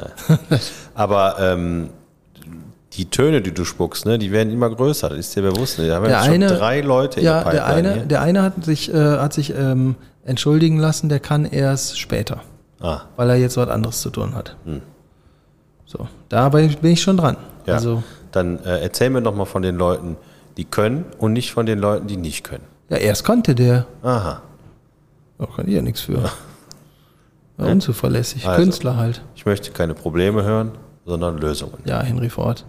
S2: Aber ähm, die Töne, die du spuckst, ne, die werden immer größer. Das ist dir bewusst. Ne? Da haben wir
S1: Der
S2: jetzt
S1: eine-
S2: schon drei Leute
S1: Ja,
S2: in der
S1: der
S2: Pipeline.
S1: eine, der eine hat sich, äh, hat sich ähm, entschuldigen lassen, der kann erst später,
S2: hier. Ah,
S1: weil er jetzt was anderes zu tun hat. So, da bin bin ich schon dran.
S2: Hm. ja.
S1: Also,
S2: Dann äh, erzähl mir doch mal von den Leuten, die können und nicht von den Leuten, die nicht können.
S1: ja, erst konnte der.
S2: Aha.
S1: Da kann ich ja nichts für. Ja, unzuverlässig.
S2: Also.
S1: Künstler halt.
S2: Ich möchte keine Probleme hören, sondern Lösungen.
S1: Ja, Henry Ford.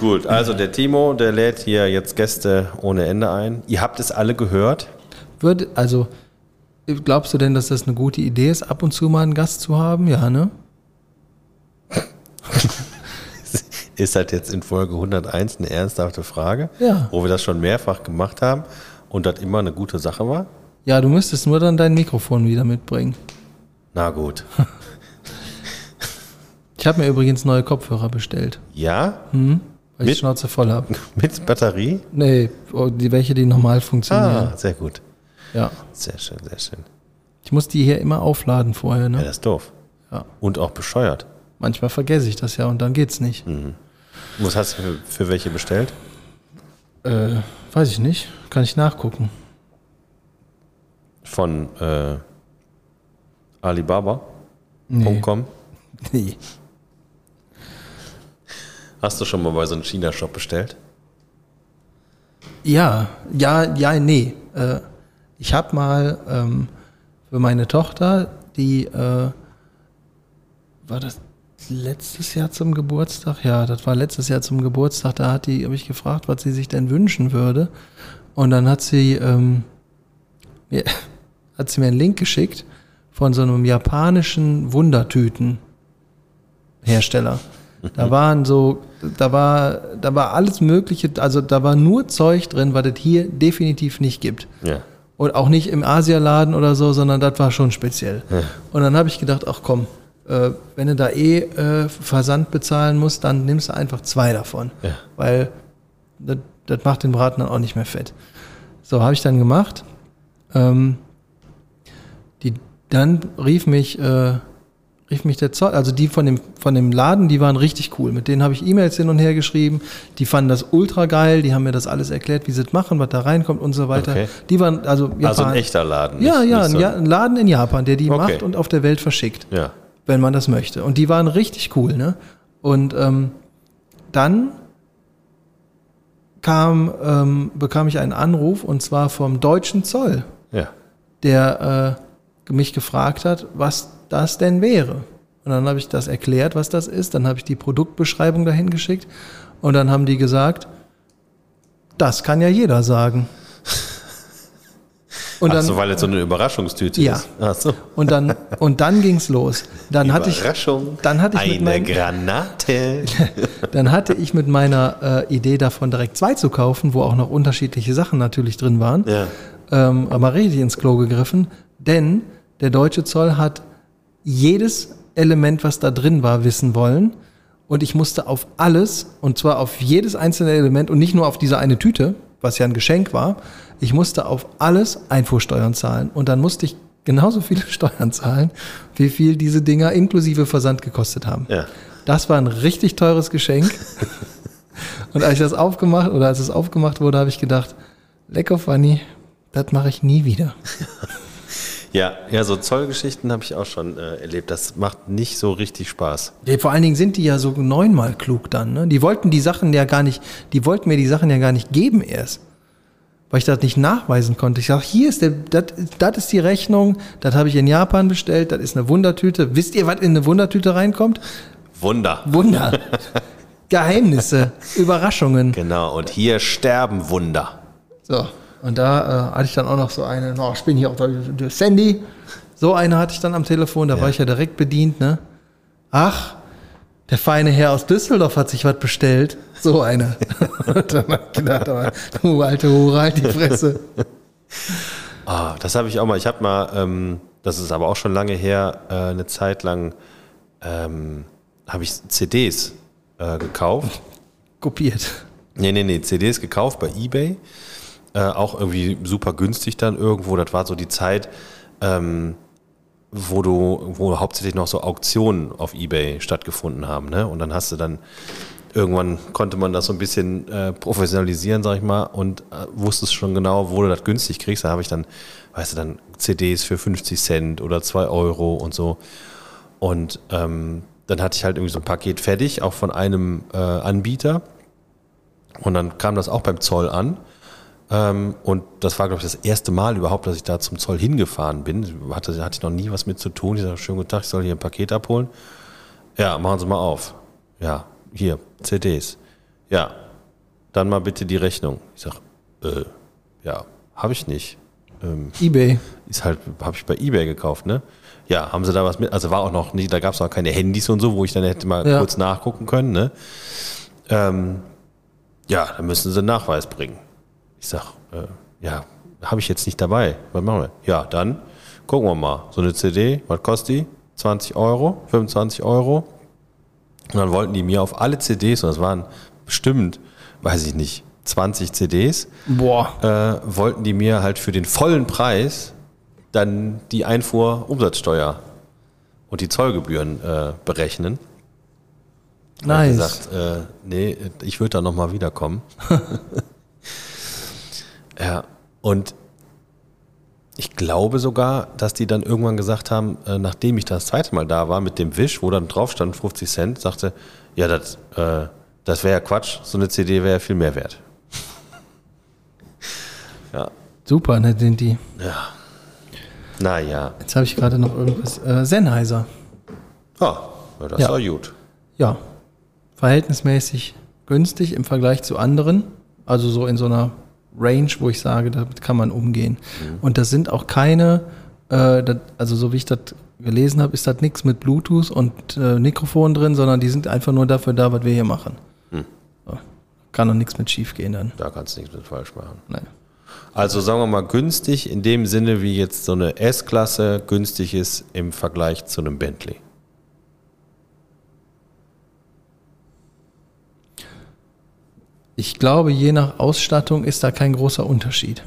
S2: Gut, also der Timo, der lädt hier jetzt Gäste ohne Ende ein. Ihr habt es alle gehört.
S1: Würde, also, glaubst du denn, dass das eine gute Idee ist, ab und zu mal einen Gast zu haben? Ja, ne?
S2: Ist halt jetzt in Folge 101 eine ernsthafte Frage,
S1: Ja.
S2: wo wir das schon mehrfach gemacht haben und das immer eine gute Sache war.
S1: Ja, du müsstest nur dann dein Mikrofon wieder mitbringen.
S2: Na gut.
S1: Ich habe mir übrigens neue Kopfhörer bestellt,
S2: Ja,
S1: weil ich
S2: Mit-
S1: die Schnauze voll habe.
S2: mit Batterie.
S1: Nee, oh, die, welche, die normal funktionieren.
S2: Ah, sehr gut.
S1: Ja.
S2: Sehr schön, sehr schön.
S1: Ich muss die hier immer aufladen vorher,
S2: Ja,
S1: ne?
S2: das ist doof.
S1: Ja.
S2: Und auch bescheuert.
S1: Manchmal vergesse ich das ja und dann geht's nicht.
S2: Hm. Was hast du für, für welche bestellt?
S1: Äh, weiß ich nicht. Kann ich nachgucken.
S2: Von äh, Alibaba.com.
S1: Nee. nee.
S2: Hast du schon mal bei so einem China-Shop bestellt?
S1: Ja, ja, ja, nee. Äh, ich habe mal ähm, für meine Tochter, die äh, war das letztes Jahr zum Geburtstag? Ja, das war letztes Jahr zum Geburtstag. Da hat die, habe ich gefragt, was sie sich denn wünschen würde. Und dann hat sie, ähm, mir, hat sie mir einen Link geschickt von so einem japanischen Wundertütenhersteller. Da waren so, da war, da war alles Mögliche, also da war nur Zeug drin, was es hier definitiv nicht gibt.
S2: Ja.
S1: Und auch nicht im Asialaden oder so, sondern das war schon speziell. Und dann habe ich gedacht, ach komm, äh, wenn du da eh äh, Versand bezahlen musst, dann nimmst du einfach zwei davon.
S2: Ja.
S1: Weil das, das macht den Braten dann auch nicht mehr fett. So, habe ich dann gemacht. Ähm, die, dann rief mich, äh, rief mich der Zoll, also die von dem, von dem Laden, die waren richtig cool. Mit denen habe ich E-Mails hin und her geschrieben. Die fanden das ultra geil. Die haben mir das alles erklärt, wie sie es machen, was da reinkommt und so weiter.
S2: Okay.
S1: Die waren, also Japan.
S2: Also ein echter Laden.
S1: Ja,
S2: nicht-
S1: ja,
S2: nicht
S1: ein,
S2: so-
S1: ja, ein Laden in Japan, der die
S2: Okay.
S1: macht und auf der Welt verschickt,
S2: Ja.
S1: wenn man das möchte. Und die waren richtig cool, ne? Und ähm, dann kam, ähm, bekam ich einen Anruf und zwar vom deutschen Zoll,
S2: Ja.
S1: der äh, mich gefragt hat, was das denn wäre. Und dann habe ich das erklärt, was das ist. Dann habe ich die Produktbeschreibung dahin geschickt und dann haben die gesagt, das kann ja jeder sagen. Und
S2: Ach so, weil jetzt so eine Überraschungstüte
S1: Ja.
S2: ist. Ach so.
S1: Und dann, und dann ging's los. Dann hatte ich,
S2: Überraschung.
S1: dann hatte ich mit
S2: eine
S1: meinem-
S2: Granate.
S1: dann hatte ich mit meiner äh, Idee davon direkt zwei zu kaufen, wo auch noch unterschiedliche Sachen natürlich drin waren,
S2: ja.
S1: ähm, aber richtig ins Klo gegriffen, denn der deutsche Zoll hat jedes Element, was da drin war, wissen wollen. Und ich musste auf alles, und zwar auf jedes einzelne Element und nicht nur auf diese eine Tüte, was ja ein Geschenk war, ich musste auf alles Einfuhrsteuern zahlen. Und dann musste ich genauso viele Steuern zahlen, wie viel diese Dinger inklusive Versand gekostet haben.
S2: Ja.
S1: Das war ein richtig teures Geschenk. Und als ich das aufgemacht oder als es aufgemacht wurde, habe ich gedacht, lecker Fanny, das mache ich nie wieder.
S2: Ja, ja, so Zollgeschichten habe ich auch schon äh, erlebt. Das macht nicht so richtig Spaß.
S1: Ja, vor allen Dingen sind die ja so neunmal klug dann. Ne? Die wollten die Sachen ja gar nicht, die wollten mir die Sachen ja gar nicht geben erst. Weil ich das nicht nachweisen konnte. Ich sage, hier ist der, das das ist die Rechnung, das habe ich in Japan bestellt, das ist eine Wundertüte. Wisst ihr, was in eine Wundertüte reinkommt?
S2: Wunder.
S1: Wunder. Geheimnisse, Überraschungen.
S2: Genau, und hier sterben Wunder.
S1: So, und da äh, hatte ich dann auch noch so eine, oh, ich bin hier auch der Sandy. So eine hatte ich dann am Telefon, da
S2: Ja.
S1: war ich ja direkt bedient, ne? Ach, der feine Herr aus Düsseldorf hat sich was bestellt. So eine. und dann hab ich gedacht, aber, du alte Hure, halt die Fresse.
S2: Ah, das habe ich auch mal. Ich habe mal, ähm, das ist aber auch schon lange her, äh, eine Zeit lang ähm, habe ich CDs äh, gekauft.
S1: Kopiert.
S2: Nee, nee, nee, CDs gekauft bei eBay. Äh, auch irgendwie super günstig dann irgendwo. Das war so die Zeit, ähm, wo du, wo hauptsächlich noch so Auktionen auf eBay stattgefunden haben. Ne? Und dann hast du dann, irgendwann konnte man das so ein bisschen äh, professionalisieren, sag ich mal, und äh, wusstest schon genau, wo du das günstig kriegst. Da habe ich dann, weißt du, dann CDs für 50 Cent oder 2 Euro und so. Und ähm, dann hatte ich halt irgendwie so ein Paket fertig, auch von einem äh, Anbieter. Und dann kam das auch beim Zoll an. Ähm, und das war, glaube ich, das erste Mal überhaupt, dass ich da zum Zoll hingefahren bin. Hatte, hatte ich noch nie was mit zu tun. Ich sage, schönen guten Tag, ich soll hier ein Paket abholen. Ja, machen Sie mal auf. Ja, hier, CDs. Ja, dann mal bitte die Rechnung. Ich sage, äh, ja, habe ich nicht. Ähm,
S1: Ebay.
S2: ist halt, habe ich bei Ebay gekauft, ne? Ja, haben sie da was mit, also war auch noch nicht, da gab es noch keine Handys und so, wo ich dann hätte mal
S1: Ja.
S2: kurz nachgucken können, ne? Ähm, ja, dann müssen sie einen Nachweis bringen. Ich sag, äh, ja, habe ich jetzt nicht dabei. Was machen wir? Ja, dann gucken wir mal. So eine CD, was kostet die? 20 Euro, 25 Euro. Und dann wollten die mir auf alle CDs, und das waren bestimmt, weiß ich nicht, 20 CDs,
S1: Boah.
S2: äh, wollten die mir halt für den vollen Preis dann die Einfuhrumsatzsteuer und die Zollgebühren äh, berechnen. Da hab
S1: Nice.
S2: ich gesagt, äh, nee, ich würde da nochmal wiederkommen. ja, und ich glaube sogar, dass die dann irgendwann gesagt haben, äh, nachdem ich das zweite Mal da war mit dem Wisch, wo dann drauf stand 50 Cent, sagte, ja, das, äh, das wäre ja Quatsch, so eine CD wäre ja viel mehr wert. ja,
S1: Super, ne, sind die.
S2: ja. Naja.
S1: Jetzt habe ich gerade noch irgendwas. Äh, Sennheiser.
S2: Ah, ja, das
S1: Ja.
S2: war gut.
S1: Ja. Verhältnismäßig günstig im Vergleich zu anderen. Also so in so einer Range, wo ich sage, damit kann man umgehen. Und das sind auch keine, äh, das, also so wie ich das gelesen habe, ist das nichts mit Bluetooth und äh, Mikrofon drin, sondern die sind einfach nur dafür da, was wir hier machen. So. Kann doch nichts mit schief gehen dann.
S2: Da kannst du nichts mit falsch machen.
S1: Nein.
S2: Also sagen wir mal günstig in dem Sinne, wie jetzt so eine S-Klasse günstig ist im Vergleich zu einem Bentley.
S1: Ich glaube, je nach Ausstattung ist da kein großer Unterschied.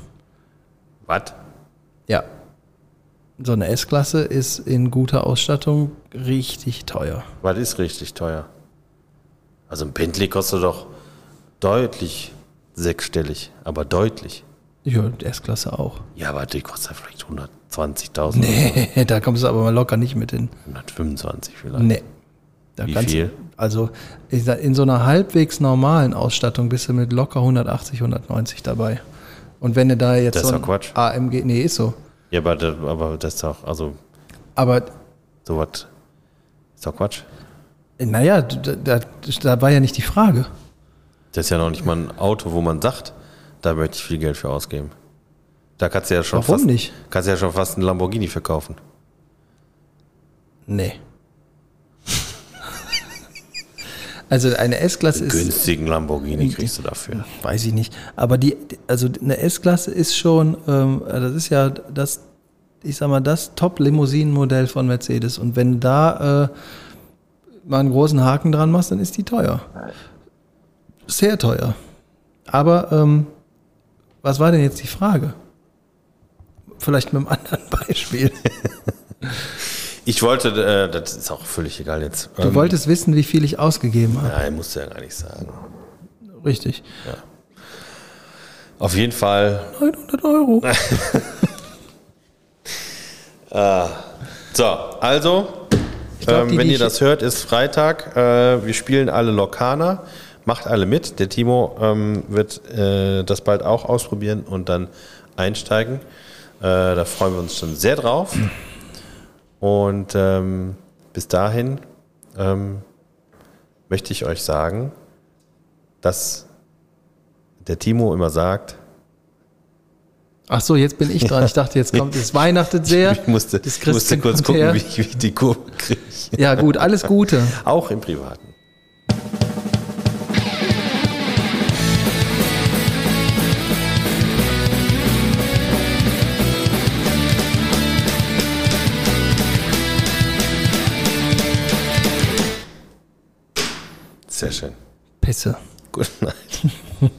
S2: Was?
S1: Ja. So eine S-Klasse ist in guter Ausstattung richtig teuer.
S2: Was ist richtig teuer? Also ein Bentley kostet doch deutlich sechsstellig, aber deutlich.
S1: Ja, die S-Klasse auch.
S2: Ja, aber die kostet vielleicht 120.000,
S1: Nee, da kommst du aber mal locker nicht mit hin.
S2: 125 vielleicht.
S1: Nee. Da
S2: Wie
S1: kannst
S2: viel?
S1: Du, also ich sag, in so einer halbwegs normalen Ausstattung bist du mit locker 180, 190 dabei. Und wenn du da jetzt
S2: Das ist
S1: so
S2: doch Quatsch.
S1: AMG, nee, ist so.
S2: Ja, aber, das- aber das ist doch, also
S1: Aber
S2: sowas ist doch Quatsch.
S1: naja, da, da, da war ja nicht die Frage.
S2: Das ist ja noch nicht mal ein Auto, wo man sagt, da möchte ich viel Geld für ausgeben. Da kannst du ja schon
S1: Warum
S2: fast,
S1: nicht?
S2: Kannst du ja schon fast einen Lamborghini verkaufen.
S1: Nee. also eine S-Klasse ist.
S2: Günstigen Lamborghini kriegst du dafür.
S1: Weiß ich nicht. Aber die, also eine S-Klasse ist schon, ähm, das ist ja das, ich sag mal, das Top-Limousinen-Modell von Mercedes. Und wenn da äh, mal einen großen Haken dran machst, dann ist die teuer. Sehr teuer. Aber ähm, was war denn jetzt die Frage? Vielleicht mit einem anderen Beispiel.
S2: Ich wollte, äh, das ist auch völlig egal jetzt.
S1: Du wolltest wissen, wie viel ich ausgegeben habe.
S2: Nein, musst du ja gar nicht sagen.
S1: Richtig.
S2: Auf jeden Fall
S1: 900 Euro.
S2: So, also,
S1: glaub,
S2: ähm,
S1: die,
S2: wenn
S1: die
S2: ihr
S1: schi-
S2: das hört, ist Freitag. Äh, wir spielen alle Lokana. Macht alle mit. Der Timo ähm, wird äh, das bald auch ausprobieren und dann einsteigen. Äh, da freuen wir uns schon sehr drauf. Und ähm, bis dahin ähm, möchte ich euch sagen, dass der Timo immer sagt,
S1: Ach so, jetzt bin ich dran. Ich dachte, jetzt kommt, es weihnachtet sehr.
S2: Ich musste,
S1: das Christkind
S2: musste kurz
S1: kommt
S2: gucken,
S1: her.
S2: wie ich, wie ich die Kurve kriege.
S1: Ja, gut, alles Gute.
S2: Auch im Privaten. Sehr schön.
S1: Pisse.
S2: Gute Nacht.